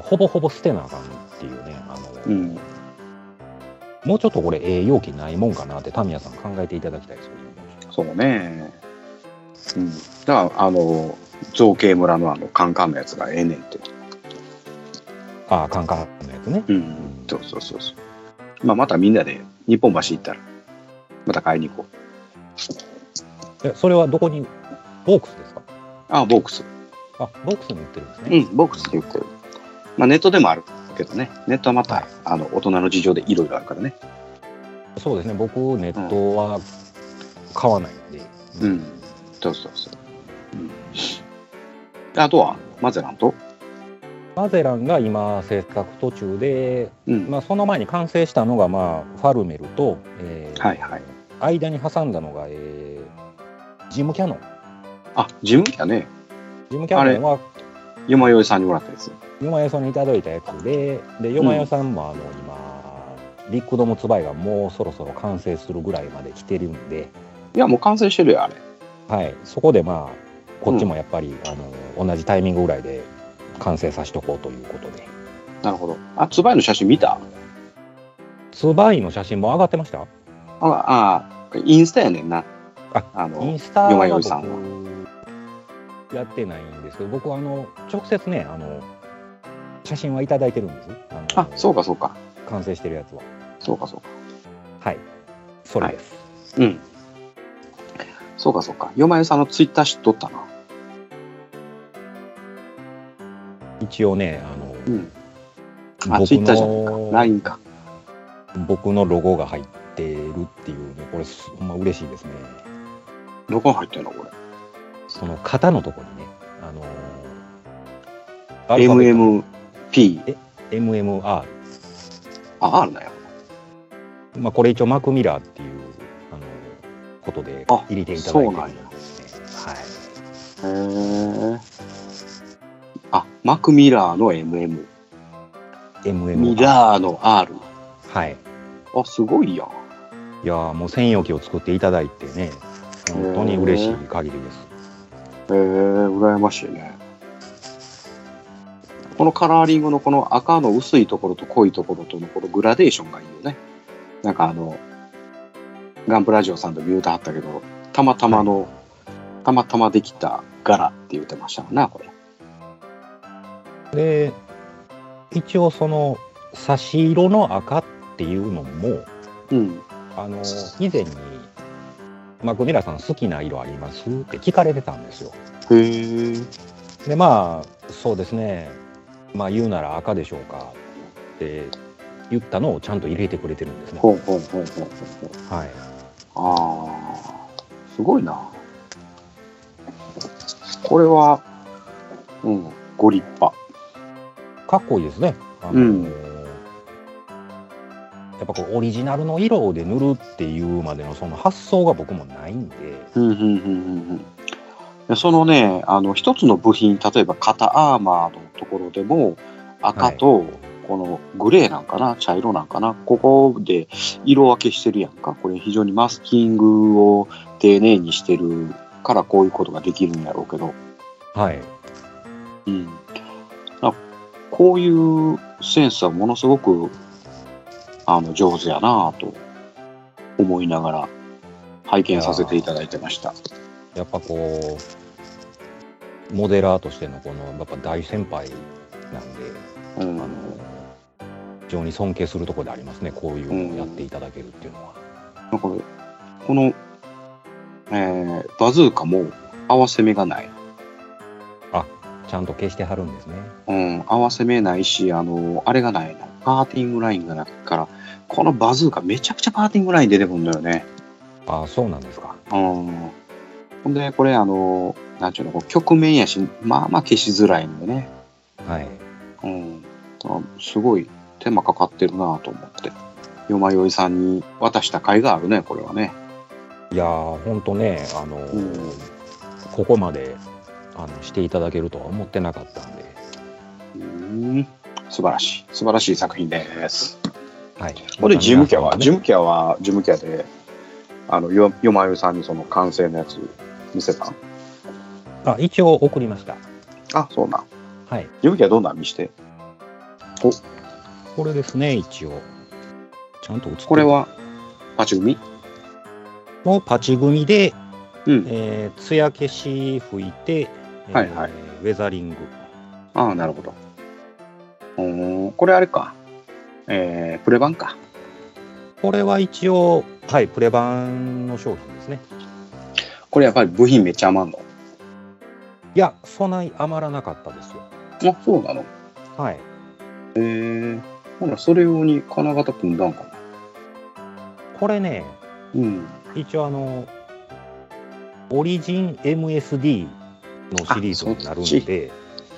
Speaker 2: ほぼほぼ捨てなあかんっていうね、あの、
Speaker 1: うん。
Speaker 2: もうちょっとこれ、ええ容器ないもんかなって、タミヤさん考えていただきたいですよね。
Speaker 1: そうね。うん。だから、あの、造形村のあの、カンカンのやつがええねんって。
Speaker 2: ああ、カンカンのやつね。
Speaker 1: うん。そうそうそうそう。まあ、またみんなで日本橋行ったら、また買いに行こう。
Speaker 2: え、それはどこに、ボークスですか
Speaker 1: あ、ボックス。
Speaker 2: あ、ボークスに売ってるんです
Speaker 1: う
Speaker 2: ね。
Speaker 1: ん、ボックスって言ってる。まあ、ネットでもあるけどね。ネットはまた、あの、大人の事情でいろいろあるからね。
Speaker 2: そうですね、僕、ネットは買わないんで。
Speaker 1: うん。そうそうそう。うん。であとは、マゼランと
Speaker 2: マゼランが今、制作途中で、
Speaker 1: うん。
Speaker 2: まあ、その前に完成したのが、まあ、ファルメルと、えー
Speaker 1: はいはい。
Speaker 2: 間に挟んだのが、えージム・キャノン。
Speaker 1: あ、自分やね。
Speaker 2: ジム・キャノンは、
Speaker 1: よまよいさんにもらったやつ。
Speaker 2: ヨマヨさんにいただいたやつで、で、ヨマヨさんも、あの、今、ビッグドムツバイがもうそろそろ完成するぐらいまで来てるんで、
Speaker 1: いや、もう完成してるよ、あれ。
Speaker 2: はい、そこでまあ、こっちもやっぱり、あの、同じタイミングぐらいで完成させとこうということで。
Speaker 1: なるほど。あ、ツバイの写真見た
Speaker 2: ツバイの写真も上がってました
Speaker 1: ああ、インスタやねんな。
Speaker 2: あ
Speaker 1: の、
Speaker 2: インスタは
Speaker 1: ヨマヨイさん
Speaker 2: 僕やってないんですけど、僕あの直接ねあの写真はいただいてるんです。あ
Speaker 1: あ
Speaker 2: の、
Speaker 1: そうかそうか。
Speaker 2: 完成してるやつは。
Speaker 1: そうかそうか。
Speaker 2: はい。それです。
Speaker 1: うん。そうかそうか。よまよいさんのツイッター知っとったな。
Speaker 2: 一応ねあの、
Speaker 1: うん。あ、ツイ
Speaker 2: 僕
Speaker 1: ッターじゃないか。
Speaker 2: の
Speaker 1: LINE か。
Speaker 2: 僕のロゴが入ってるっていうねこれすほんま嬉しいですね。
Speaker 1: どこに入ってんのこれ。
Speaker 2: その型のところにねあの
Speaker 1: MMP。
Speaker 2: MMR
Speaker 1: あ、あるなよ。
Speaker 2: まあ、これ一応マクミラーっていうあのことで
Speaker 1: あ
Speaker 2: 入れていただいて
Speaker 1: そうなんや
Speaker 2: るんですね。
Speaker 1: へ
Speaker 2: はい
Speaker 1: え。あ、マクミラーの MM。
Speaker 2: MM
Speaker 1: ミラーの R。
Speaker 2: はい
Speaker 1: あ、すごいやん。
Speaker 2: いやーもう専用機を作っていただいてね本当に嬉しい限りです
Speaker 1: へえ、羨ましいね。このカラーリングのこの赤の薄いところと濃いところとのこのグラデーションがいいよね。なんかあの、ガンプラジオさんでも言うてはったけど、たまたまの、たまたまできた柄って言うてましたな、これ。
Speaker 2: で一応その差し色の赤っていうのも
Speaker 1: うん。
Speaker 2: あの以前にマクミラーさん好きな色ありますって聞かれてたんですよ
Speaker 1: へえ。
Speaker 2: でまあそうですねまあ言うなら赤でしょうかって言ったのをちゃんと入れてくれてるんですね
Speaker 1: ほうほうほうほうほうほう。
Speaker 2: はい
Speaker 1: ああ、すごいな。これは、うん、ご立派。
Speaker 2: かっこいいですね。あのー
Speaker 1: うん
Speaker 2: やっぱこうオリジナルの色で塗るっていうまでのその発想が僕もないんで、
Speaker 1: うんうんうんうんうんでそのね、あの、一つの部品、例えば肩アーマーのところでも、赤と、このグレーなんかな、茶色なんかな、ここで色分けしてるやんか。これ非常にマスキングを丁寧にしてるから、こういうことができるんやろうけど、
Speaker 2: はい、
Speaker 1: うん、あこういうセンスはものすごくあの上手やなぁと思いながら拝見させていただいてました。
Speaker 2: やっぱこうモデラーとしてのこのやっぱ大先輩なんで、
Speaker 1: う
Speaker 2: あ
Speaker 1: ん
Speaker 2: のー非常に尊敬するところでありますね。こういうのをやっていただけるっていうのは、
Speaker 1: なんかこの、えーバズーカも合わせ目がない、
Speaker 2: ちゃんと消してはるんですね。
Speaker 1: うん、合わせ目ないしあのあれがないなパーティングラインがなくからこのバズーカめちゃくちゃパーティングライン出てくるんだよね。
Speaker 2: ああ、そうなんですか。
Speaker 1: うん、ほんでこれあのなんちゅうのこう曲面やしまあまあ消しづらいのでね。
Speaker 2: はい。
Speaker 1: うん、あすごい手間かかってるなと思ってよまよいさんに渡した甲斐があるねこれはね
Speaker 2: いやー、本当ね、あのー
Speaker 1: うん
Speaker 2: ここまであのしていただけるとは思ってなかったんで、
Speaker 1: うん素晴らしい素晴らしい作品です
Speaker 2: はい。
Speaker 1: これジムキャ
Speaker 2: ま
Speaker 1: は
Speaker 2: た皆
Speaker 1: ジム
Speaker 2: さんもね
Speaker 1: キャはジムキャであのよよまよいさんにその完成のやつ見せたん
Speaker 2: あ、一応送りました。
Speaker 1: あそうなん
Speaker 2: はい。
Speaker 1: ジムキャどんなん見してお
Speaker 2: これですね、一応。ちゃんと映ってる
Speaker 1: これは、パチ組
Speaker 2: もうパチ組で、
Speaker 1: うん。
Speaker 2: えー、艶消し拭いて、えー
Speaker 1: はいはい
Speaker 2: ウェザリング。
Speaker 1: ああ、なるほど。おーこれあれか。えー、プレ版か。
Speaker 2: これは一応、はい、プレ版の商品ですね。
Speaker 1: これやっぱり部品めっちゃ余んの。
Speaker 2: いや、そない余らなかったですよ。
Speaker 1: あ、そうなの。
Speaker 2: はい。
Speaker 1: えー、ほら、それ用に金型組んだんかな。
Speaker 2: これね、
Speaker 1: うん。
Speaker 2: 一応あの、オリジン MSD のシリーズになる
Speaker 1: あそっ
Speaker 2: んで、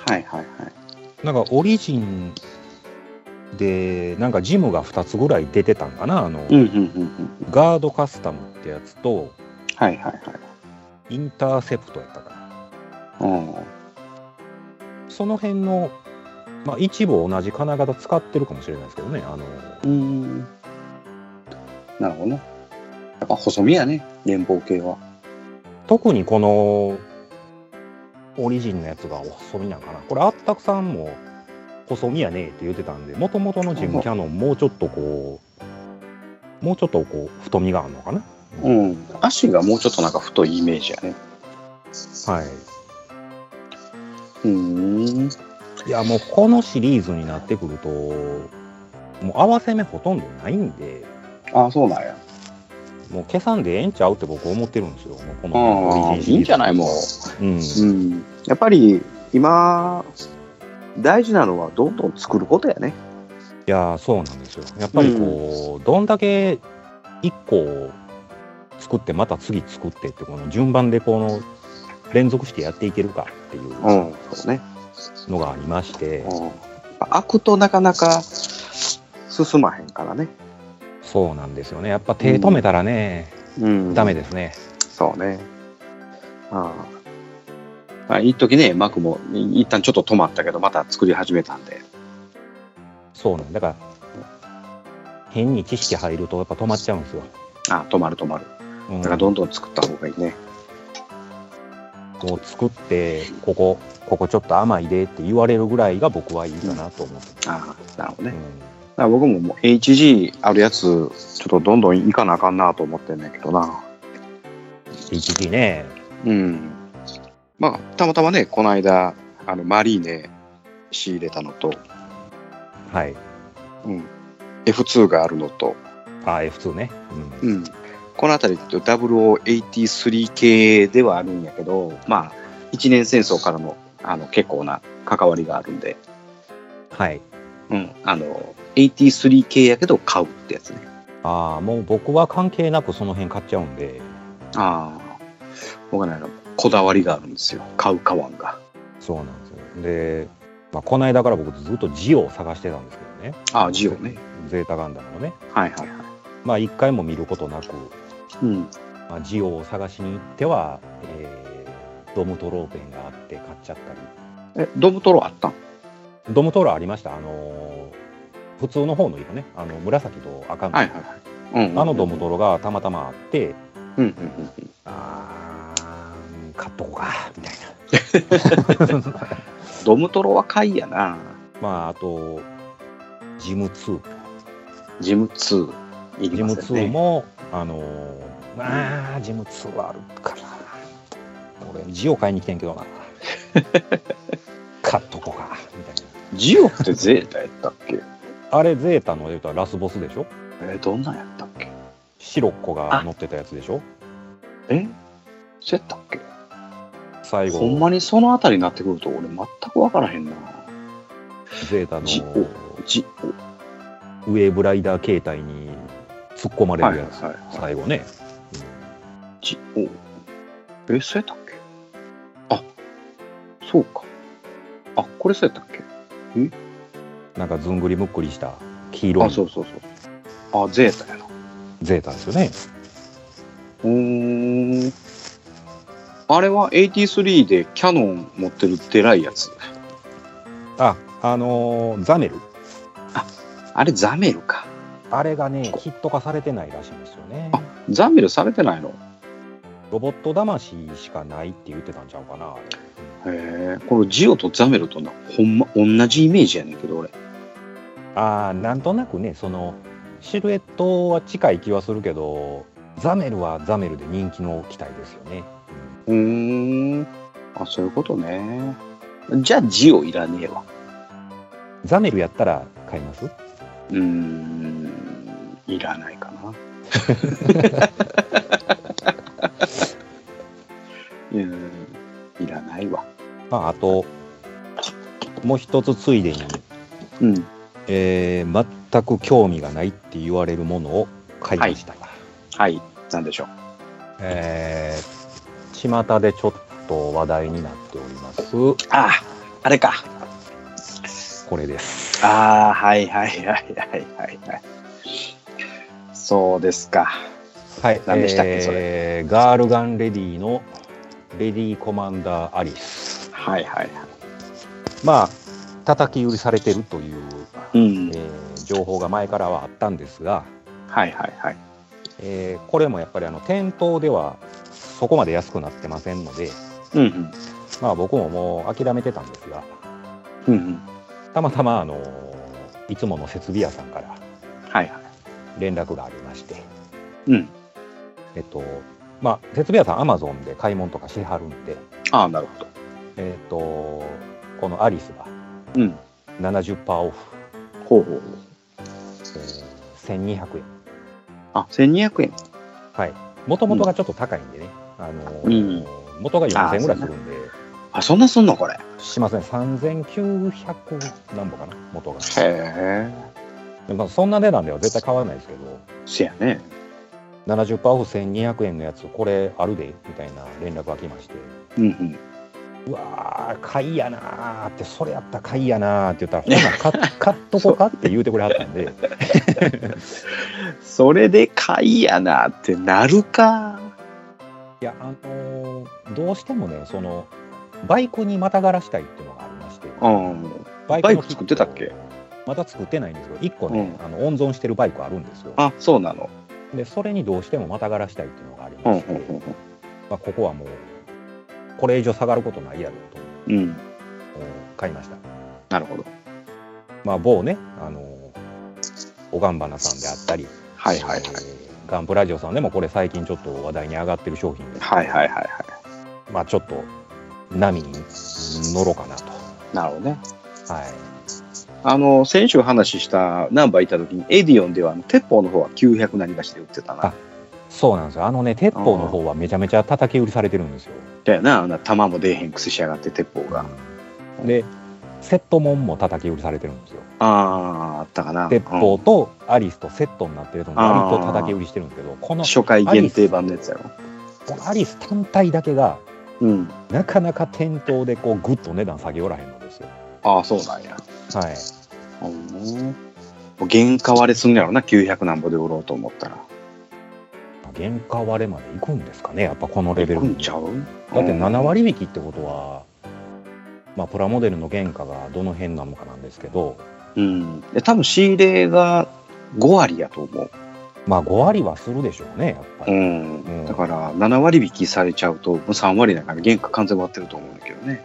Speaker 1: はいはいはい。
Speaker 2: なんかオリジンで、なんかジムが2つぐらい出てたんかな、あの、
Speaker 1: うんうんうんうん。
Speaker 2: ガードカスタムってやつと、
Speaker 1: はいはいはい。
Speaker 2: インターセプトやったかな。
Speaker 1: あ
Speaker 2: その辺の、まあ、一部同じ金型使ってるかもしれないですけどね、あの、
Speaker 1: ーうーん。なるほどね。やっぱ細身やね、連邦系は。
Speaker 2: 特にこのオリジンのやつがお細身なんかなこれあったくさんも細身やねって言ってたんでもともとのジムキャノンもうちょっとこうもうちょっとこう太みがあるのかな
Speaker 1: うん。足がもうちょっとなんか太いイメージやね。
Speaker 2: は
Speaker 1: うーん。
Speaker 2: いいやもうこのシリーズになってくるともう合わせ目ほとんどないんで
Speaker 1: ああ、そうなんや。
Speaker 2: もう消さんでええんちゃうって僕思ってるんですよもうこの
Speaker 1: ああ、
Speaker 2: オリ
Speaker 1: い
Speaker 2: ジンシリーズ
Speaker 1: いんじゃないもう。
Speaker 2: うん
Speaker 1: うん。やっぱり、今、大事なのはどんどん作ることやね。
Speaker 2: いやーそうなんですよやっぱりこう、どんだけ1個を作ってまた次作ってってこの順番でこの連続してやっていけるかっていう
Speaker 1: うん。そうね。
Speaker 2: のがありまして、
Speaker 1: うん。開くとなかなか進まへんからね。
Speaker 2: そうなんですよねやっぱ手止めたらね、
Speaker 1: うん
Speaker 2: ダメですね
Speaker 1: そうね。ああ。あ一時ね、マクもい一旦ちょっと止まったけど、また作り始めたんで。
Speaker 2: そうなんだから変に知識入るとやっぱ止まっちゃうんですよ、
Speaker 1: あ止まる止まる。
Speaker 2: うん
Speaker 1: だからどんどん作った方がいいね。
Speaker 2: こう作ってここここちょっと甘いでって言われるぐらいが僕はいいかなと思ってます、
Speaker 1: ああ、なるほどね。
Speaker 2: う
Speaker 1: だ
Speaker 2: ん
Speaker 1: から僕ももう HG あるやつ、ちょっとどんどんいかなあかんなと思ってんだけどな。
Speaker 2: 一時ね
Speaker 1: うん。まあ、たまたまね、この間、あの、マリーネ仕入れたのと、
Speaker 2: はい
Speaker 1: うん。F2 があるのと、
Speaker 2: あ F2 ね、うん
Speaker 1: うん、この辺りって0083系ではあるんやけど、まあ、一年戦争からのあの結構な関わりがあるんで、
Speaker 2: はい。
Speaker 1: うん、あの83系やけど買うってやつね。
Speaker 2: ああ、もう僕は関係なくその辺買っちゃうんで、
Speaker 1: ああ、僕はねあの、こだわりがあるんですよ、買う、買わんが。
Speaker 2: そうなんですよ。で、まあ、この間から僕ずっとジオを探してたんですけどね。
Speaker 1: ああ、ジオね。。
Speaker 2: ゼータガンダムのね。
Speaker 1: はいはいはい。
Speaker 2: まあ、一回も見ることなく、
Speaker 1: うん、
Speaker 2: まあ、ジオを探しに行っては、えードムトローペンがあって買っちゃったり。
Speaker 1: え、ドムトロあったん
Speaker 2: ドムトロありました。あのー普通の方の色ね。あの、紫と赤の。
Speaker 1: はいはいはい。うんうん、
Speaker 2: あのドムトロがたまたまあって、
Speaker 1: うんうんうん。
Speaker 2: あー買っとこうか、みたいな。
Speaker 1: ドムトロは買いやな。
Speaker 2: まあ、あと、ジム2。
Speaker 1: ジム2。いり
Speaker 2: ジ
Speaker 1: ま
Speaker 2: ム
Speaker 1: せんね
Speaker 2: 2。も、あのー、まあ、ジム2はあるから。俺、字を買いに来てんけど な。買っとこうか、みたい
Speaker 1: ジオってゼータやったっけ
Speaker 2: な。あれ、ゼータの言うたらラスボスでしょ
Speaker 1: え、どんなんやったっけ
Speaker 2: シロッコが乗ってたやつでしょ
Speaker 1: えそうやったっけ
Speaker 2: 最
Speaker 1: ほん
Speaker 2: 後、
Speaker 1: まにそのあたりになってくると俺全く分からへんな。
Speaker 2: ゼータの
Speaker 1: ジオじ
Speaker 2: ウェーブライダー形態に突っ込まれるやつ。
Speaker 1: はいはいはい
Speaker 2: 最後ね。
Speaker 1: じおえ、そうやったっけあ、そうか。あ、これそうやったっけ
Speaker 2: なんかずんぐりむっくりした黄色
Speaker 1: あ、
Speaker 2: い
Speaker 1: そうそうそう。あ、ゼータやな。
Speaker 2: ゼータですよね。
Speaker 1: うーん。あれは83でキャノン持ってるでらいやつ。
Speaker 2: あ、あのーザメル。
Speaker 1: あれザメルか。
Speaker 2: あれがね、ヒット化されてないらしいんですよね。
Speaker 1: ザメルされてないの
Speaker 2: ロボット魂しかないって言ってたんちゃうかな。あれ
Speaker 1: へえ。このジオとザメルとな、ほんま同じイメージやねんけど俺。
Speaker 2: うああなんとなくねそのシルエットは近い気はするけどザメルはザメルで人気の機体ですよね
Speaker 1: うーん。あ、そういうことね。じゃあ、ジオいらねえわ。
Speaker 2: ザメルやったら買います
Speaker 1: うーん。いらないかな。 うーん。いらないわ。
Speaker 2: まああともう一つついでに、
Speaker 1: うん。
Speaker 2: えー全く興味がないって言われるものを買いました、
Speaker 1: はい。なんでしょう。
Speaker 2: えー巷でちょっと話題になっております
Speaker 1: ああ、あれか。
Speaker 2: これです
Speaker 1: ああ、はいはいはいはいはいはい。そうですか。
Speaker 2: はい
Speaker 1: 何でしたっけそ
Speaker 2: れガールガンレディのレディコマンダーアリス
Speaker 1: はいはいは
Speaker 2: まあ叩き売りされてるという、
Speaker 1: い。う
Speaker 2: え
Speaker 1: ん。
Speaker 2: ー情報が前からはあったんですが、
Speaker 1: はいはいはい。
Speaker 2: えーこれもやっぱりあの店頭ではそこまで安くなってませんので、
Speaker 1: うんうん。
Speaker 2: まあ、僕ももう諦めてたんですが
Speaker 1: うんうん。
Speaker 2: たまたまあのいつもの設備屋さんから
Speaker 1: はいはい。
Speaker 2: 連絡がありまして、
Speaker 1: うん。
Speaker 2: えっとまあ、設備屋さんアマゾンで買い物とかしはるんで、
Speaker 1: ああ、なるほど。
Speaker 2: えっとこのアリスが
Speaker 1: うん。
Speaker 2: 70%オフ、
Speaker 1: ほうほうほう。
Speaker 2: えー1200円
Speaker 1: あ、1200円。
Speaker 2: はい元々がちょっと高いんでね、あの
Speaker 1: うん
Speaker 2: 元が4000円ぐらい
Speaker 1: あ
Speaker 2: するんで
Speaker 1: あ、そんなすんのこれ。へ
Speaker 2: しません3900何ぼかな元が、
Speaker 1: え。
Speaker 2: でまあ、そんな値段では絶対買わないですけど
Speaker 1: せやね。
Speaker 2: 70%オフ1200円のやつこれあるでみたいな連絡が来まして
Speaker 1: うんうん。
Speaker 2: うわー買いやなーってそれやったら買いやなーって言った らほな買っ買っとこかって言うてくれはったんで
Speaker 1: それで買いやなってなるか。
Speaker 2: いやあのーどうしてもねそのバイクにまたがらしたいっていうのがありまして
Speaker 1: うん。
Speaker 2: バ
Speaker 1: バイ
Speaker 2: の
Speaker 1: ク作ってたっけ
Speaker 2: まだ作ってないんですけど1個ね、
Speaker 1: う
Speaker 2: あの温存してるバイクあるんですよ
Speaker 1: あ、そうなの。
Speaker 2: でそれにどうしてもまたがらしたいっていうのがあり
Speaker 1: うん
Speaker 2: ま
Speaker 1: うん
Speaker 2: して、まあ、ここはもうこれ以上下がることないやろ
Speaker 1: う
Speaker 2: と
Speaker 1: んうん。うん。
Speaker 2: もう買いました
Speaker 1: なるほど。
Speaker 2: まあ某ねあのおがんばなさんであったり、
Speaker 1: はいはいはい
Speaker 2: え。ーガンプラジオさんでもこれ最近ちょっと話題に上がってる商品です
Speaker 1: はいはいはいは
Speaker 2: まあちょっと波に乗ろうかなと
Speaker 1: い。なるほどね。
Speaker 2: はい
Speaker 1: あの先週話したナンバー行った時にエディオンではあの鉄砲の方は900なりがしで売ってたな
Speaker 2: あそうなんですよあのね鉄砲の方はめちゃめちゃ叩き売りされてるんですよ
Speaker 1: だよなあんな弾も出えへんくせしやがって鉄砲が
Speaker 2: でセットもんも叩き売りされてるんですよ
Speaker 1: あああったかな
Speaker 2: 鉄砲とアリスとセットになってると
Speaker 1: あー
Speaker 2: 割と叩き売りしてるんですけど
Speaker 1: う
Speaker 2: こ
Speaker 1: ん
Speaker 2: の
Speaker 1: 初回限定版のやつやろ
Speaker 2: このアリス単体だけが
Speaker 1: うん
Speaker 2: なかなか店頭でこうグッと値段下げおらへんのですよ
Speaker 1: ああそうなんや
Speaker 2: はい
Speaker 1: うん原価割れすんやろな900なんぼで売ろうと思ったら
Speaker 2: 原価割れまで行くんですかねやっぱこのレベル
Speaker 1: 行くん
Speaker 2: に
Speaker 1: ちゃ
Speaker 2: だっ
Speaker 1: う
Speaker 2: て7割引きってことは、まあ、プラモデルの原価がどの辺なのかなんですけど
Speaker 1: うんで多分仕入れが5割やと思う
Speaker 2: まあ5割はするでしょうねやっぱ
Speaker 1: う
Speaker 2: り、
Speaker 1: ん、
Speaker 2: うん
Speaker 1: だから7割引きされちゃうともう3割だから原価完全割ってると思うんだけどね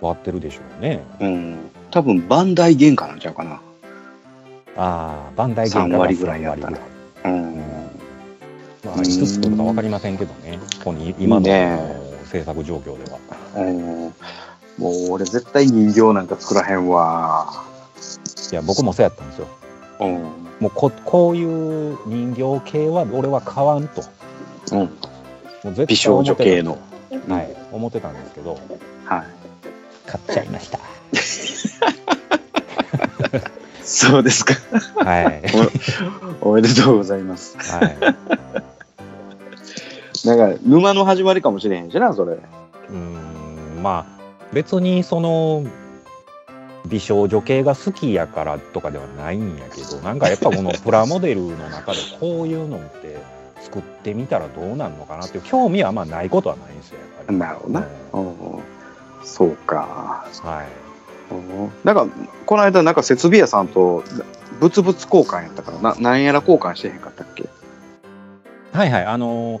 Speaker 2: 割ってるでしょうね
Speaker 1: うん多分バンダイ原価なんちゃうかな
Speaker 2: ああバンダイ原価が
Speaker 1: 3割ぐらいやった
Speaker 2: 3
Speaker 1: ら
Speaker 2: 割ぐ
Speaker 1: うん
Speaker 2: らいまあいつ作るか分かりませんけどねここに今の
Speaker 1: いいね
Speaker 2: 制作状況では
Speaker 1: うんもう俺絶対人形なんか作らへんわ。
Speaker 2: いや僕もそうやったんですよ
Speaker 1: うん。
Speaker 2: もうここういう人形系は俺は買わんと
Speaker 1: うん。
Speaker 2: もう絶対
Speaker 1: 美少女系の。
Speaker 2: はい思ってたんですけど
Speaker 1: はい。
Speaker 2: 買っちゃい ました
Speaker 1: そうですか。
Speaker 2: はい、
Speaker 1: おめでとうございます。
Speaker 2: は
Speaker 1: だから沼の始まりかもしれへんしな、それ。
Speaker 2: い、うーんまあ別にその美少女系が好きやからとかではないんやけどなんかやっぱこのプラモデルの中でこういうのって作ってみたらどうなんのかなっていう興味はまあないことはないんですよやっぱり
Speaker 1: なるほどな
Speaker 2: う
Speaker 1: うんん。そうか。
Speaker 2: はい
Speaker 1: うん。なんか、この間、なんか設備屋さんと物々交換やったから、ななんやら交換してへんかったっけ
Speaker 2: はいはいあのー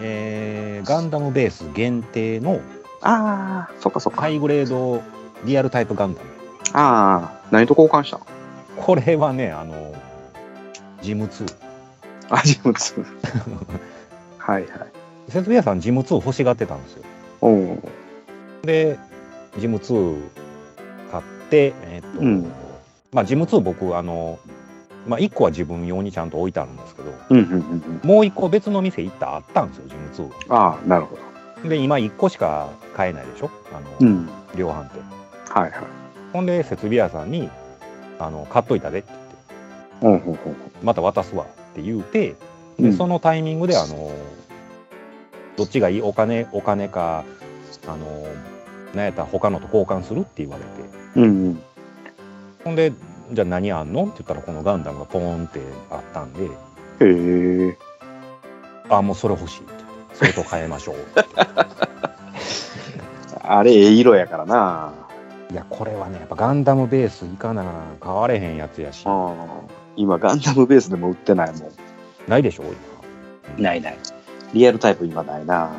Speaker 2: えーガンダムベース限定の
Speaker 1: ああ、そっかそっか。
Speaker 2: ハイグレードリアルタイプガンダム
Speaker 1: ああ、何と交換したの
Speaker 2: これはね、あの、ジム2。
Speaker 1: あ、ジム2。はいはい。
Speaker 2: 節部屋さん、ジム2欲しがってたんですよ。
Speaker 1: おう
Speaker 2: で、ジム2買って、えっと、
Speaker 1: うん
Speaker 2: まあ、ジム2僕、あの、まあ、1個は自分用にちゃんと置いてあるんですけど、
Speaker 1: うんうんうんうん。
Speaker 2: もう1個別の店行ったらあったんですよ、ジム2が。
Speaker 1: ああ、なるほど。
Speaker 2: で今1個しか買えないでしょあの、
Speaker 1: うん。
Speaker 2: 量販店
Speaker 1: はいはい。
Speaker 2: ほんで設備屋さんにあの「買っといたで」って言って
Speaker 1: うんうんうん
Speaker 2: 「また渡すわ」って言うて
Speaker 1: う
Speaker 2: で、
Speaker 1: ん
Speaker 2: そのタイミングであのどっちがいいお金お金かあのなんやったら他のと交換するって言われて
Speaker 1: うんうん。
Speaker 2: ほんで「じゃあ何あんの?」って言ったらこのガンダムがポーンってあったんで
Speaker 1: へえ。
Speaker 2: 「あもうそれ欲しい」って「それと変えましょう」
Speaker 1: あれ、ええ色やからな。
Speaker 2: いやこれはねやっぱガンダムベースいかな買われへんやつやし
Speaker 1: あ今、ガンダムベースでも売ってないも
Speaker 2: ないでしょ今。
Speaker 1: ん。ないない。リアルタイプ今ないな。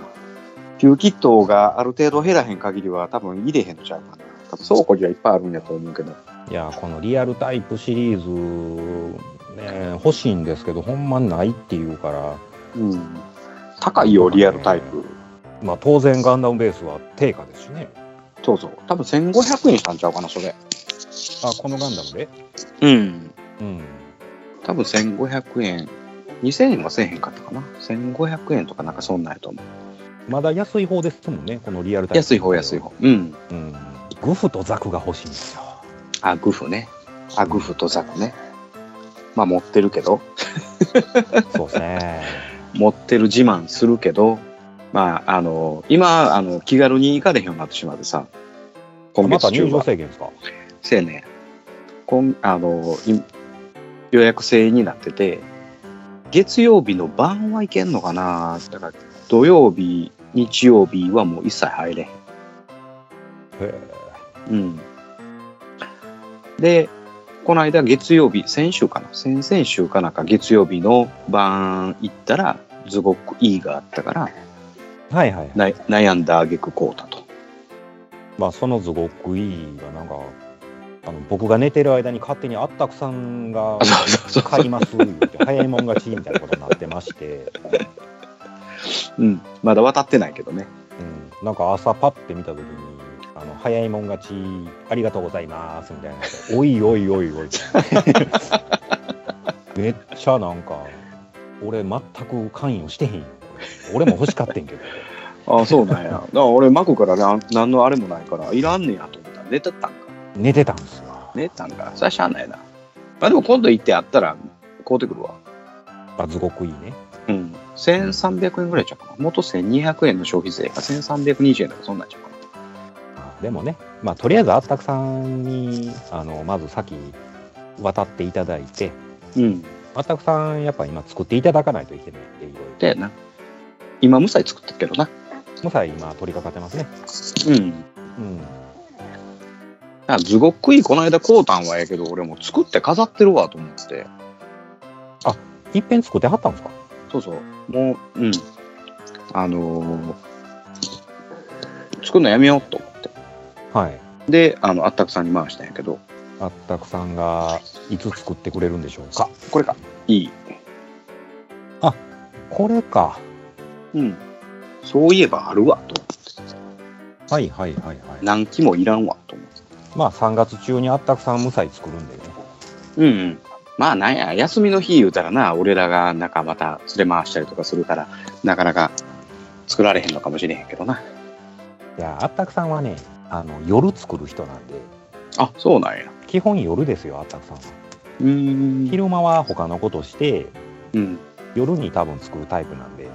Speaker 1: ピューキットがある程度減らへん限りは多分入れへんのちゃうかな。多分倉庫にはいっぱいあるんやと思うけど。
Speaker 2: いやこのリアルタイプシリーズ、ね、欲しいんですけどほんまないっていうから、
Speaker 1: うん。高いよ、リアルタイプ。
Speaker 2: まあ、当然ガンダムベースは定価ですしね
Speaker 1: そうそう。多分1500円したんちゃうかな、それ。
Speaker 2: あこのガンダムで
Speaker 1: うん。
Speaker 2: うん
Speaker 1: 多分1500円。2000円はせえへんかったかな。1500円とかなんかそんなんやと思う。
Speaker 2: まだ安い方ですもんねこのリアルタイプ
Speaker 1: 安い方、安い、方。うん。
Speaker 2: うん、グフとザクが欲しいんですよ
Speaker 1: あ、グフね。あ、グフとザクね。まあ持ってるけど、
Speaker 2: そうですね
Speaker 1: 持ってる自慢するけど、まああの、今、あの、気軽に行かれへんようになってしまってさ、今
Speaker 2: ま
Speaker 1: 月
Speaker 2: た
Speaker 1: 中
Speaker 2: 入場
Speaker 1: は。
Speaker 2: 制限ですか
Speaker 1: せやね今あの、い予約制になってて、月曜日の晩は行けんのかなだから、土曜日、日曜日はもう一切入れへん。
Speaker 2: へ
Speaker 1: うん。で、この間月曜日、先週かな先々週かなんか月曜日の晩行ったら、すごくいいがあったから、
Speaker 2: えはいはい、はい、
Speaker 1: な悩んだ挙句こうたと。
Speaker 2: まあそのズゴクイーがなんかあの僕が寝てる間に勝手にあったくさんが
Speaker 1: あそうそうそう
Speaker 2: 買います言うて早いもん勝ちみたいなことになってまして
Speaker 1: うん。まだ渡ってないけどね。
Speaker 2: うん、なんか朝パッて見た時にあの早いもん勝ちありがとうございますみたいなおいおいお いおいめっちゃなんか俺全く関与してへんよ俺も欲しかってんけど
Speaker 1: ああ、そうなんや。だから俺、マクからな何のあれもないから、いらんねやと思ったら、寝てたんか。
Speaker 2: 寝てたんですよ
Speaker 1: 寝てたんか。そりゃしゃあないな。まあでも今度行ってあったら、買うてくるわ。
Speaker 2: あすごくいいね
Speaker 1: うん。1300円ぐらいちゃうかな。元1200円の消費税が1320円とかそんなんちゃうかな。
Speaker 2: あでもねまあとりあえずあったくさんにあのまず先渡っていただいて
Speaker 1: うん。
Speaker 2: あったくさんやっぱ今作っていただかないといけないんでいろい
Speaker 1: だよな。今、無才作ってるけどな。
Speaker 2: ろもさ今取り掛かってますね
Speaker 1: うん。
Speaker 2: うん
Speaker 1: あ、ズゴックイ、この間、こうたんはやけど、俺もう作って飾ってるわと思って。
Speaker 2: いっぺん作ってはったんですか
Speaker 1: そうそう。もう、うん。あのー作るのやめようと思って。
Speaker 2: はい
Speaker 1: で、あの、あったくさんに回したんやけど、
Speaker 2: あったくさんがいつ作ってくれるんでしょうか
Speaker 1: これか。いい。
Speaker 2: これか
Speaker 1: うん。そういえばあるわ、と思って。
Speaker 2: はいはいはいはい
Speaker 1: 何機もいらんわ、と思って。
Speaker 2: まあ3月中にあったくさん無才作るんでね
Speaker 1: うん、うん。まあ、なんや、休みの日言うたらな、俺らが、なんかまた連れ回したりとかするから、なかなか作られへんのかもしれへんけどな。
Speaker 2: いやあったくさんはねあの夜作る人なんで
Speaker 1: あ、そうなんや。
Speaker 2: 基本夜ですよあったくさんは
Speaker 1: うーん。
Speaker 2: 昼間は他のことして
Speaker 1: うん。
Speaker 2: 夜に多分作るタイプなんで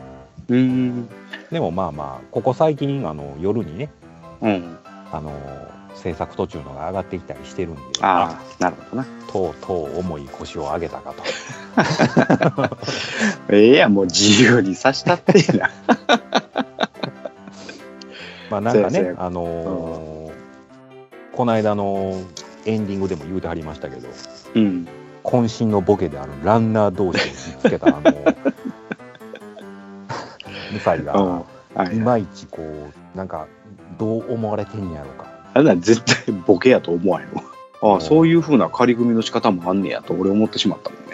Speaker 1: うーん。
Speaker 2: でもまあまあここ最近あの夜にね
Speaker 1: うん。
Speaker 2: あの制作途中のが上がってきたりしてるんで
Speaker 1: ああ、なるほどな。
Speaker 2: とうとう重い腰を上げ たかと
Speaker 1: ええや、もう自由にさしたってえ な。
Speaker 2: まあなんか
Speaker 1: そうや
Speaker 2: ね
Speaker 1: そ、
Speaker 2: あのーこの間のエンディングでも言うてはりましたけど、
Speaker 1: うん。
Speaker 2: 渾身のボケであるランナー同士を見つけた、あの ー、無才
Speaker 1: う
Speaker 2: が
Speaker 1: ん。、はい
Speaker 2: い。まいちこう、なんか、どう思われてんやろうか。
Speaker 1: あんなん絶対ボケやと思わへんわ。ああ、そういう風な仮組みの仕方もあんねやと俺思ってしまったもんね。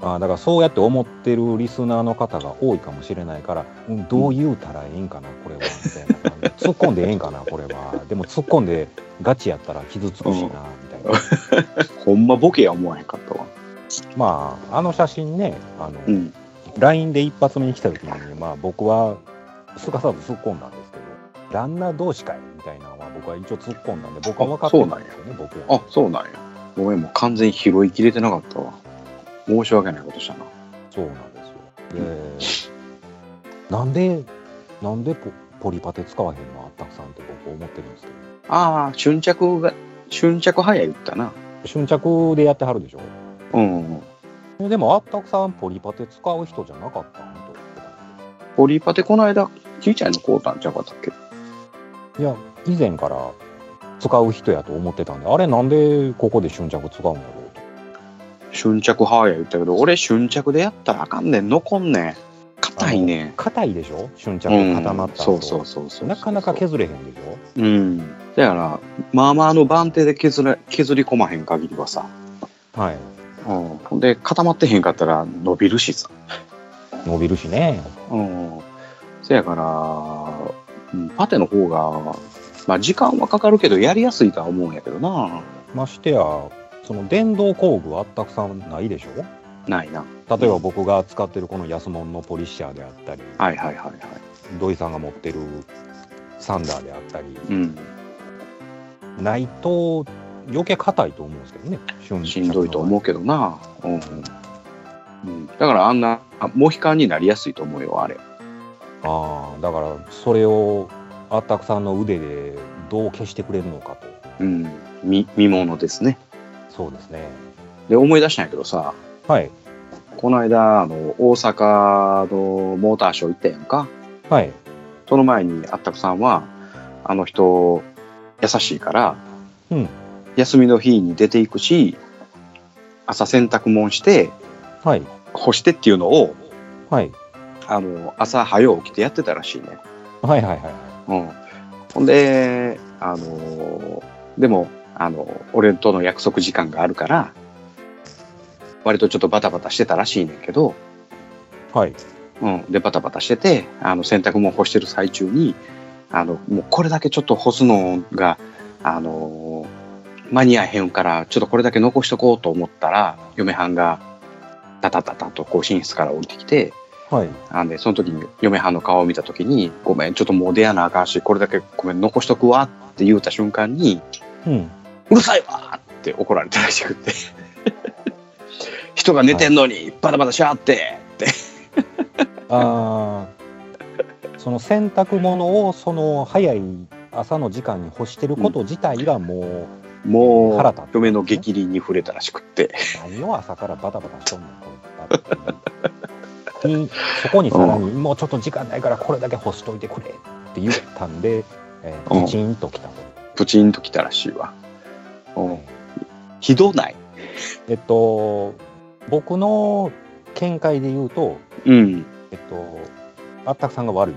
Speaker 2: あーだからそうやって思ってるリスナーの方が多いかもしれないから、うん、どう言うたらええんかなこれはみたいな 感じ突っ込んでええんかなこれはでも突っ込んでガチやったら傷つくしなみたいな
Speaker 1: ほんまボケや思わへんかったわ。
Speaker 2: まああの写真ねあの、
Speaker 1: うん。
Speaker 2: LINE で一発目に来た時に、まあ、僕はすかさず突っ込んだんですけど旦那同士かいみたいなのは僕は一応突っ込んだんで僕は分かってたんですよね僕は
Speaker 1: あ、そうなんや。ごめん、もう完全に拾いきれてなかったわ。申し訳ないことしたな。
Speaker 2: そうなんですよでなんでなんでポポリパテ使わへんのあったくさんって僕思ってるんですけど
Speaker 1: ああ、瞬着が、瞬着早い言ったな。
Speaker 2: 瞬着でやってはるでしょ
Speaker 1: うん。
Speaker 2: でもあったくさんポリパテ使う人じゃなかったんと思ってた
Speaker 1: ポリパテこの間、ちいちゃいのこうたんちゃうかったっけ
Speaker 2: いや以前から使う人やと思ってたんであれなんでここで瞬着使うんやろうと
Speaker 1: 瞬着早い言ったけど、俺瞬着でやったらあかんねん、残んねん。硬いねん。
Speaker 2: 硬いでしょ瞬着
Speaker 1: うん
Speaker 2: 固まった後
Speaker 1: そうそうそうそう。
Speaker 2: なかなか削れへんでしょ
Speaker 1: うん。だから、まあまあの番手で削れ削り込まへん限りはさ。
Speaker 2: はい
Speaker 1: うん。ほんで、固まってへんかったら伸びるしさ。
Speaker 2: 伸びるしね
Speaker 1: うん。せやから、うんパテの方が、まあ時間はかかるけど、やりやすいとは思うんやけどな。
Speaker 2: ましてやその電動工具はあったくさんないでしょ
Speaker 1: ないな。
Speaker 2: 例えば僕が使ってるこの安物のポリッシャーであったり
Speaker 1: はいはいはいはい。
Speaker 2: 土井さんが持ってるサンダーであったり
Speaker 1: うん。
Speaker 2: ないと余計硬いと思うんですけどね瞬着
Speaker 1: しんどいと思うけどな。うん。うん、だからあんな、あモヒカンになりやすいと思うよ、あれ。
Speaker 2: ああだからそれをあったくさんの腕でどう消してくれるのかと
Speaker 1: うん。見、見物ですね。
Speaker 2: そうですね
Speaker 1: で、思い出したんやけどさ、
Speaker 2: はい
Speaker 1: この間、あの、大阪のモーターショー行ったやんか。
Speaker 2: はい
Speaker 1: その前にあったくさんは、あの人、優しいから、
Speaker 2: うん
Speaker 1: 休みの日に出ていくし、朝洗濯物して、
Speaker 2: はい
Speaker 1: 干してっていうのを、
Speaker 2: はい
Speaker 1: あの、朝早う起きてやってたらしいね。
Speaker 2: はいはいはい
Speaker 1: うん。ほんで、あのーでも、あの俺との約束時間があるから、割とちょっとバタバタしてたらしいねんけど、
Speaker 2: はい
Speaker 1: うん。で、バタバタしてて、あの、洗濯物干してる最中に、あの、もうこれだけちょっと干すのが、あのー間に合えへんから、ちょっとこれだけ残しとこうと思ったら、嫁はんが、タタタタとこう寝室から降りてきて、
Speaker 2: はい
Speaker 1: あんで、その時に嫁はんの顔を見た時に、ごめん、ちょっともう出やなあかんし、これだけごめん、残しとくわって言うた瞬間に、
Speaker 2: うん
Speaker 1: うるさいわーって怒られたらしくて。 人が寝てんのに、バタバタしやがってって。
Speaker 2: あーその洗濯物をその早い朝の時間に干してること自体がも
Speaker 1: も
Speaker 2: 腹立っ
Speaker 1: う
Speaker 2: て、
Speaker 1: 嫁の激凛に触れたらしくって。
Speaker 2: う何を朝からバタバタしとんのこれっていうにそこにさらにもうちょっと時間ないからこれだけ干しといてくれって言ったんで、え
Speaker 1: う
Speaker 2: ー、
Speaker 1: ん
Speaker 2: プチンときたと、
Speaker 1: プチンときたらしいわ。うんひどない。
Speaker 2: えっと僕の見解で言うと
Speaker 1: うん。
Speaker 2: えっとあったくさんが悪い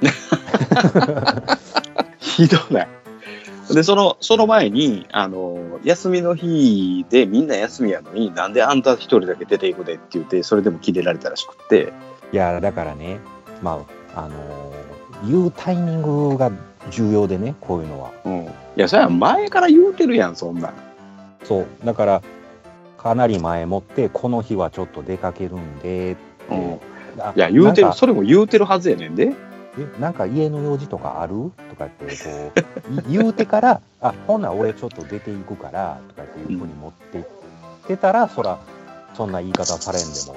Speaker 2: です
Speaker 1: ひどない。で、その、その前に、あの、休みの日でみんな休みやのに、なんであんた一人だけ出ていくでって言って、それでもキレられたらしくって。
Speaker 2: いやだからねまああのー言うタイミングが重要でねこういうのは
Speaker 1: うん。いや、それは前から言うてるやん、そんなん。
Speaker 2: そうだからかなり前もってこの日はちょっと出かけるんでっ
Speaker 1: う
Speaker 2: て、
Speaker 1: ん。
Speaker 2: あ
Speaker 1: いや、言うてる、
Speaker 2: なんか
Speaker 1: それも言うてるはずやねんで。
Speaker 2: えなんか家の用事とかあるとかってこうい 言うてからあほな俺ちょっと出ていくからとかっていうふうに持ってってたらそらそんな言い方されんでも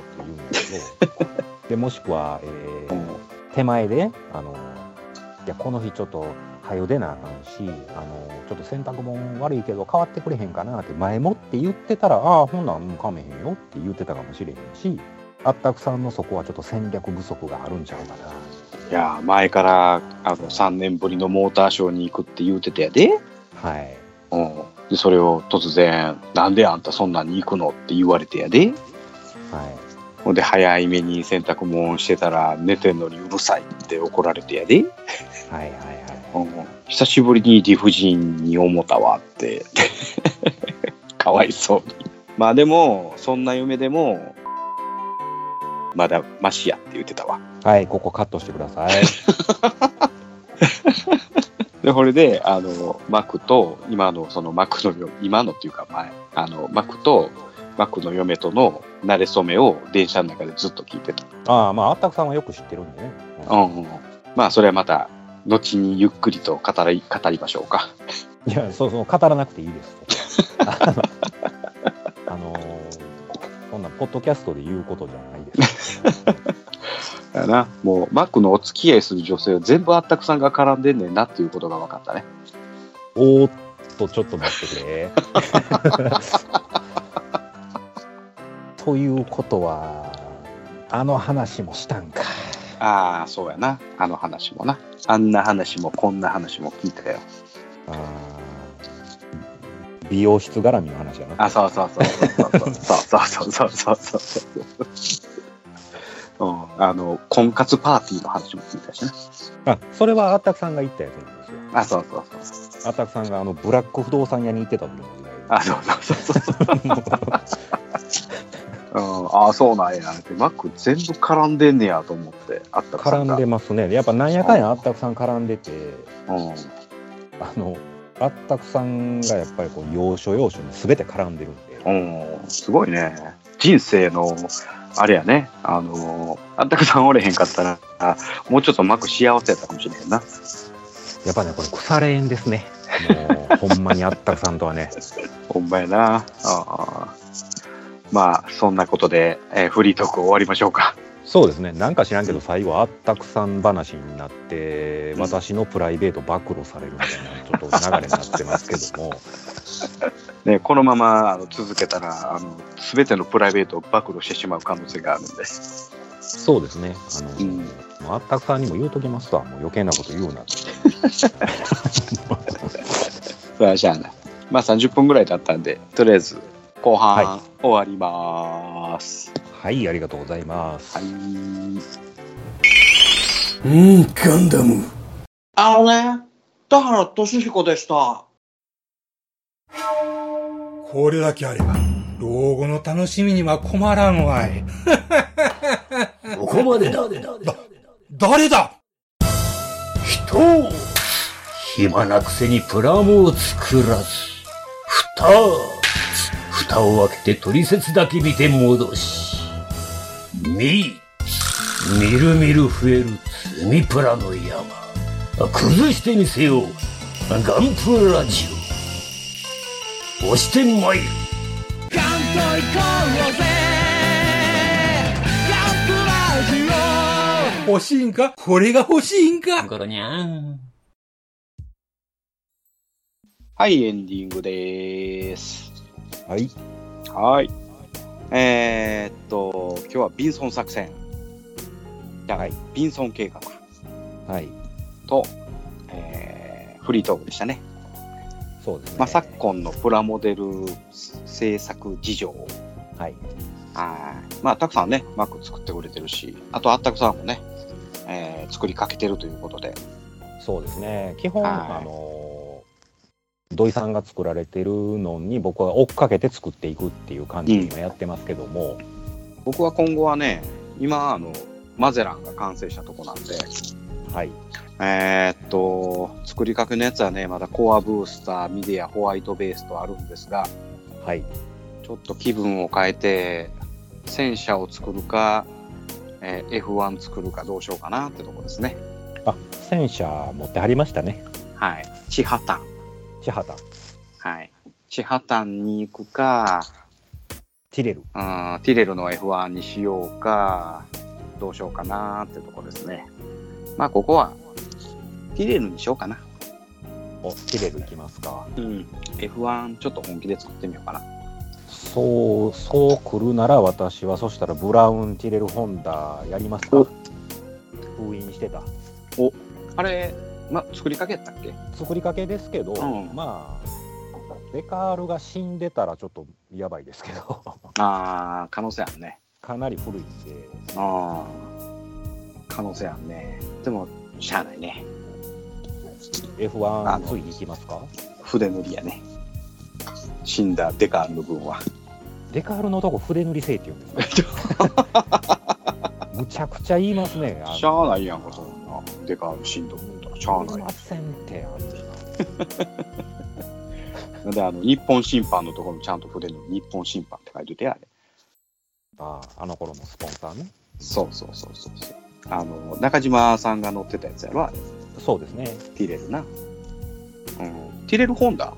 Speaker 2: って言うんだけどでもしくは、えー
Speaker 1: うん
Speaker 2: 手前で、あのいやこの日ちょっと早出なあかんし、あのちょっと洗濯物悪いけど変わってくれへんかなって前もって言ってたらああほんなんもうかめへんよって言ってたかもしれへんしあったくさんのそこはちょっと戦略不足があるんちゃうかな。
Speaker 1: いや、前から、あの、3年ぶりのモーターショーに行くって言うてたやで。
Speaker 2: はい
Speaker 1: うん。で、それを突然、なんであんたそんなんに行くのって言われてやで。
Speaker 2: はい
Speaker 1: ほんで早い目に洗濯物してたら寝てんのにうるさいって怒られてやで
Speaker 2: はいはいはい。
Speaker 1: うん久しぶりに理不尽に思ったわって かわいそうにまあでもそんな夢でもまだマシやって言ってたわ
Speaker 2: はい、ここカットしてくだ さい。
Speaker 1: でこれであのマクと今のそのマクのよ今のっていうか前あのマクとマクの嫁との馴れ初めを電車の中でずっと聞いてた
Speaker 2: ああ、まあ、あったくさんはよく知ってるんでね。
Speaker 1: うんうんうんまあそれはまた後にゆっくりと語り語りましょうか
Speaker 2: いや、そうそう、語らなくていいです。あの、あのーそんな、ポッドキャストで言うことじゃないです。
Speaker 1: だよなもうマックのお付き合いする女性は全部あったくさんが絡んでんねんなっていうことが分かったね
Speaker 2: おーっと、ちょっと待ってくれ。 ということは、あの話もしたんか。
Speaker 1: ああそうやなあの話もなあんな話もこんな話も聞いてたよ
Speaker 2: あー美容室絡みの話やな。
Speaker 1: あそうそうそうそうそうそうそうそうそうそうそううんあの婚活パーティーの話も聞いたしな
Speaker 2: あ、それはあったくさんが言ったやつなんですよ。
Speaker 1: あそうそうそう
Speaker 2: あたくさんがあのブラック不動産屋に行ってた時の時代
Speaker 1: あそうそうそうそううん、ああそうなんやってマック全部絡んでんねやと思ってあったくさ
Speaker 2: 絡ん
Speaker 1: が
Speaker 2: でますねやっぱなんやかんやあったくさん絡んでて
Speaker 1: うん
Speaker 2: あのあったくさんがやっぱりこう要所要所に全て絡んでるんで、
Speaker 1: うん、すごいね。人生の、あれやね、あのー、あったくさんおれへんかったら、あもうちょっとマック幸せやったかもしれへんな。
Speaker 2: やっぱねこれ腐れ縁 ですねもうほんまにあったくさんとはね
Speaker 1: ほんまやな。ああまあ、そんなことで、えーフリートーク終わりましょうか。
Speaker 2: そうですねなんか知らんけど最後あったくさん話になって私のプライベート暴露されるみたいなちょっと流れになってますけども
Speaker 1: ね、このままあの続けたら、あの、すべてのプライベートを暴露してしまう可能性があるんで。
Speaker 2: そうですねあの、
Speaker 1: うん
Speaker 2: もうあったくさんにも言うときますわもう余計なこと言うなって
Speaker 1: それはしゃあない。まあ、30分ぐらい経ったんで、とりあえず、後半、
Speaker 2: は
Speaker 1: 終わります。
Speaker 2: はいありがとうございます、
Speaker 1: はい。
Speaker 4: うん、ガンダム。
Speaker 6: あのね、田原俊彦でした。
Speaker 4: これだけあれば、老後の楽しみには困らんわい。
Speaker 7: ここまでだ。
Speaker 4: 誰だ
Speaker 7: 人を暇なくせにプラモを作らず、蓋を、蓋を開けて取説だけ見て戻し、見、みるみる増える積みプラの山、崩してみせよう、ガンプラジオ。押してまいる。
Speaker 4: 欲しいんかこれが欲しいんか
Speaker 7: ゴロニャン。
Speaker 1: はい、エンディングです。
Speaker 2: はい
Speaker 1: はい。えーっと、今日はビンソン作戦。じゃあ
Speaker 2: はい
Speaker 1: ビンソン計画
Speaker 2: はい
Speaker 1: と、えーフリートークでしたね。
Speaker 2: そうですね。
Speaker 1: まあ、昨今のプラモデル制作事情。
Speaker 2: はい。
Speaker 1: はい。まあ、たくさんね、マック作ってくれてるし、あと、あったくさんもね、えー作りかけてるということで。
Speaker 2: そうですね。基本、
Speaker 1: はい
Speaker 2: あのー土井さんが作られてるのに僕は追っかけて作っていくっていう感じで今やってますけども、
Speaker 1: 僕は今後はね、今、あの、マゼランが完成したとこなんで、
Speaker 2: はい。
Speaker 1: えーっと、作りかけのやつはね、まだコアブースター、ミディア、ホワイトベースとあるんですが、
Speaker 2: はい。
Speaker 1: ちょっと気分を変えて、戦車を作るか、えー F1 作るかどうしようかなってとこですね。
Speaker 2: あ、戦車持ってはりましたね。
Speaker 1: はい。千葉丹。
Speaker 2: 千畑、
Speaker 1: はい。千葉丹に行くか、
Speaker 2: ティレル。
Speaker 1: うん、ティレルの F1 にしようか、どうしようかなってとこですね。まあ、ここは、ティレルにしようかな。
Speaker 2: お、ティレル行きますか。
Speaker 1: うん。F1 ちょっと本気で作ってみようかな。
Speaker 2: そう、そう来るなら私は、そしたらブラウンティレルホンダやりますか。封印してた。
Speaker 1: あれ、ま、作りかけやったっけ
Speaker 2: 作りかけですけど、
Speaker 1: うん
Speaker 2: まあ、デカールが死んでたらちょっとやばいですけど。
Speaker 1: ああ、可能性あるね。
Speaker 2: かなり古いんで、
Speaker 1: ああ、可能性あるね。でも、しゃあないね。
Speaker 2: F1
Speaker 1: あ
Speaker 2: ついに行きますか
Speaker 1: 筆塗りやね死んだデカールの分は
Speaker 2: デカールのとこ筆塗りせえって言うんです かむちゃくちゃ言いますねあの
Speaker 1: しゃあないやんかそんなデカール死んどくんだからしゃあ
Speaker 2: すい
Speaker 1: ない
Speaker 2: ませんってあれ
Speaker 1: なんであの日本審判のところにちゃんと筆の日本審判って書いててあれ
Speaker 2: あああの頃のスポンサーね
Speaker 1: そうそうそうそうそうあの中島さんが乗ってたやつやろあれ
Speaker 2: そうですね
Speaker 1: ティレルなうんティレルホンダ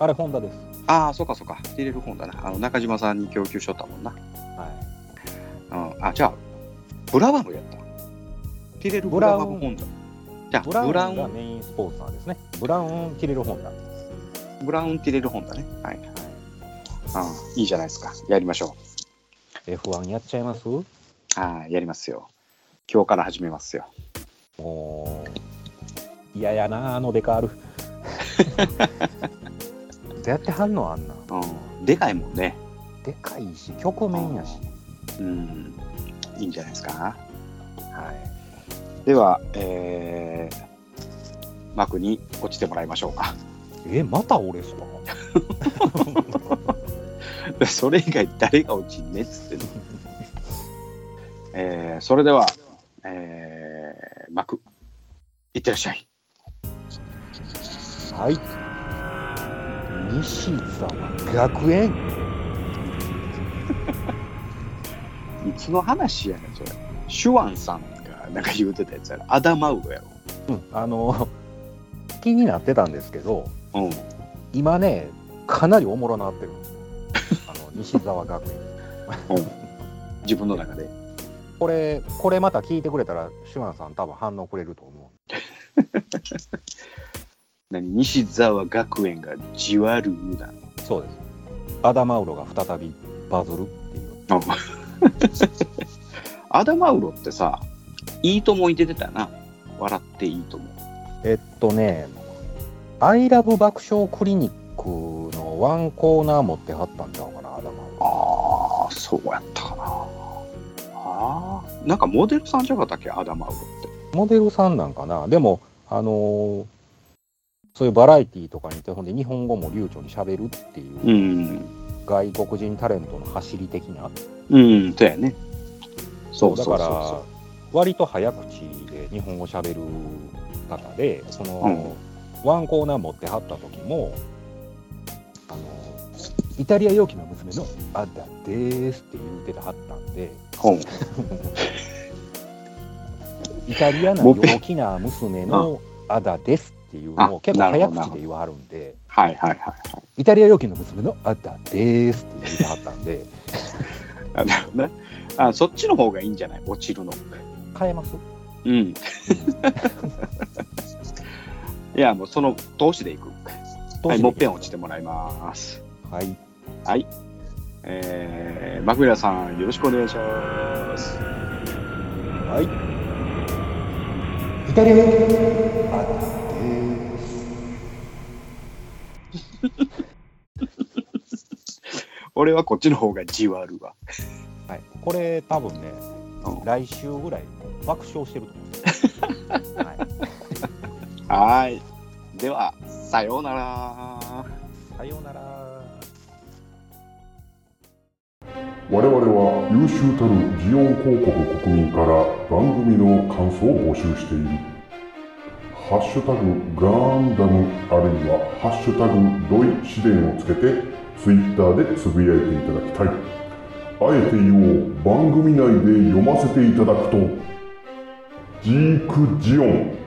Speaker 2: あれホンダです
Speaker 1: ああそうかそうかティレルホンダなあの中島さんに供給しとったもんな
Speaker 2: は
Speaker 1: うんあじゃあブラバムやったティレルブラバムホンダじゃあ
Speaker 2: い
Speaker 1: ブ
Speaker 2: ブ
Speaker 1: ラ
Speaker 2: ラ
Speaker 1: ウンブラ
Speaker 2: ウンがメインスポンサーですねブラウンキレルホンダ
Speaker 1: ウンティレルホンダねはいうんいいじゃないですかやりましょ
Speaker 2: F1 やっちゃいます
Speaker 1: うはいやりますよ今日から始めますよ
Speaker 2: もう嫌ややなあのデカー ルどうやってはんのあんな
Speaker 1: うんでかいもんね
Speaker 2: でかいし局面やし
Speaker 1: うんいいんじゃないですか
Speaker 2: はい
Speaker 1: では、えー、幕に落ちてもらいましょうか。
Speaker 2: えまた俺っすか
Speaker 1: それ以外誰が落ちんねっつってんのえー、それでは、えー、幕、いってらっしゃい。
Speaker 2: はい西沢学園
Speaker 1: いつの話やねん、それ。シュワンさんがなんか言うてたやつやろ。アダマウロや
Speaker 2: あの気になってたんですけど
Speaker 1: ろ。うん。
Speaker 2: 今ねかなりおもろなってるんですよあ の西沢学園
Speaker 1: 自分の中で。
Speaker 2: これこれまた聞いてくれたらシュワンさん多分反応くれると思
Speaker 1: 何西沢学園がじわるうだ。
Speaker 2: うそうですアダマウロが再びバズるっていう
Speaker 1: うんアダマウロってさ、いいともに出てたな。笑っていいとも。
Speaker 2: えっとね「アイラブ爆笑クリニック」のワンコーナー持ってはったんちゃうかなアダマウロ
Speaker 1: ああ、そうやったかな。ああ、なんかモデルさんじゃなかったっけ、アダマウロって。
Speaker 2: モデルさんなんかなでもあのーそういうバラエティーとかにてほんで日本語も流暢にしゃべるっていう、
Speaker 1: うん、
Speaker 2: 外国人タレントの走り的な
Speaker 1: うん、そうやね。そう
Speaker 2: だ
Speaker 1: そ
Speaker 2: か
Speaker 1: うそ
Speaker 2: ら割と早口で日本語しゃべる中でその、ワンコーナー持ってはった時もあのイタリア容器の娘のアダですって言うてはったんで
Speaker 1: うそう。
Speaker 2: イタリアな
Speaker 1: もう一遍
Speaker 2: 陽気な娘のアダですっていうのを
Speaker 1: あ
Speaker 2: 結構
Speaker 1: なる
Speaker 2: 早
Speaker 1: ほど
Speaker 2: 口で言わはるんで
Speaker 1: はいはいはい。
Speaker 2: イタリア容器の娘のアダですって言うてはった んで
Speaker 1: あなるほどね。あそっちの方がいいんじゃない落ちるの。
Speaker 2: 変えます
Speaker 1: うん。いや、もうその投資でいく。はい、もっぺん落ちてもらいます。
Speaker 2: はい
Speaker 1: はい。えー、マクミラさん、よろしくお願いします。
Speaker 2: はい。イタリアあ
Speaker 1: 俺はこっちの方がじわるわ。
Speaker 2: はい。これ多分ね、
Speaker 1: うん
Speaker 2: 来週ぐらい爆笑してると思 う。はい。
Speaker 1: はい。では、さようなら。
Speaker 2: さようなら。
Speaker 5: 我々は優秀たるジオン広告国民から番組の感想を募集している「ハッシュタグガンダム」あるいは「ハッシュタグロイ試練」をつけてツイッターでつぶやいていただきたいあえて言おう番組内で読ませていただくとジークジオン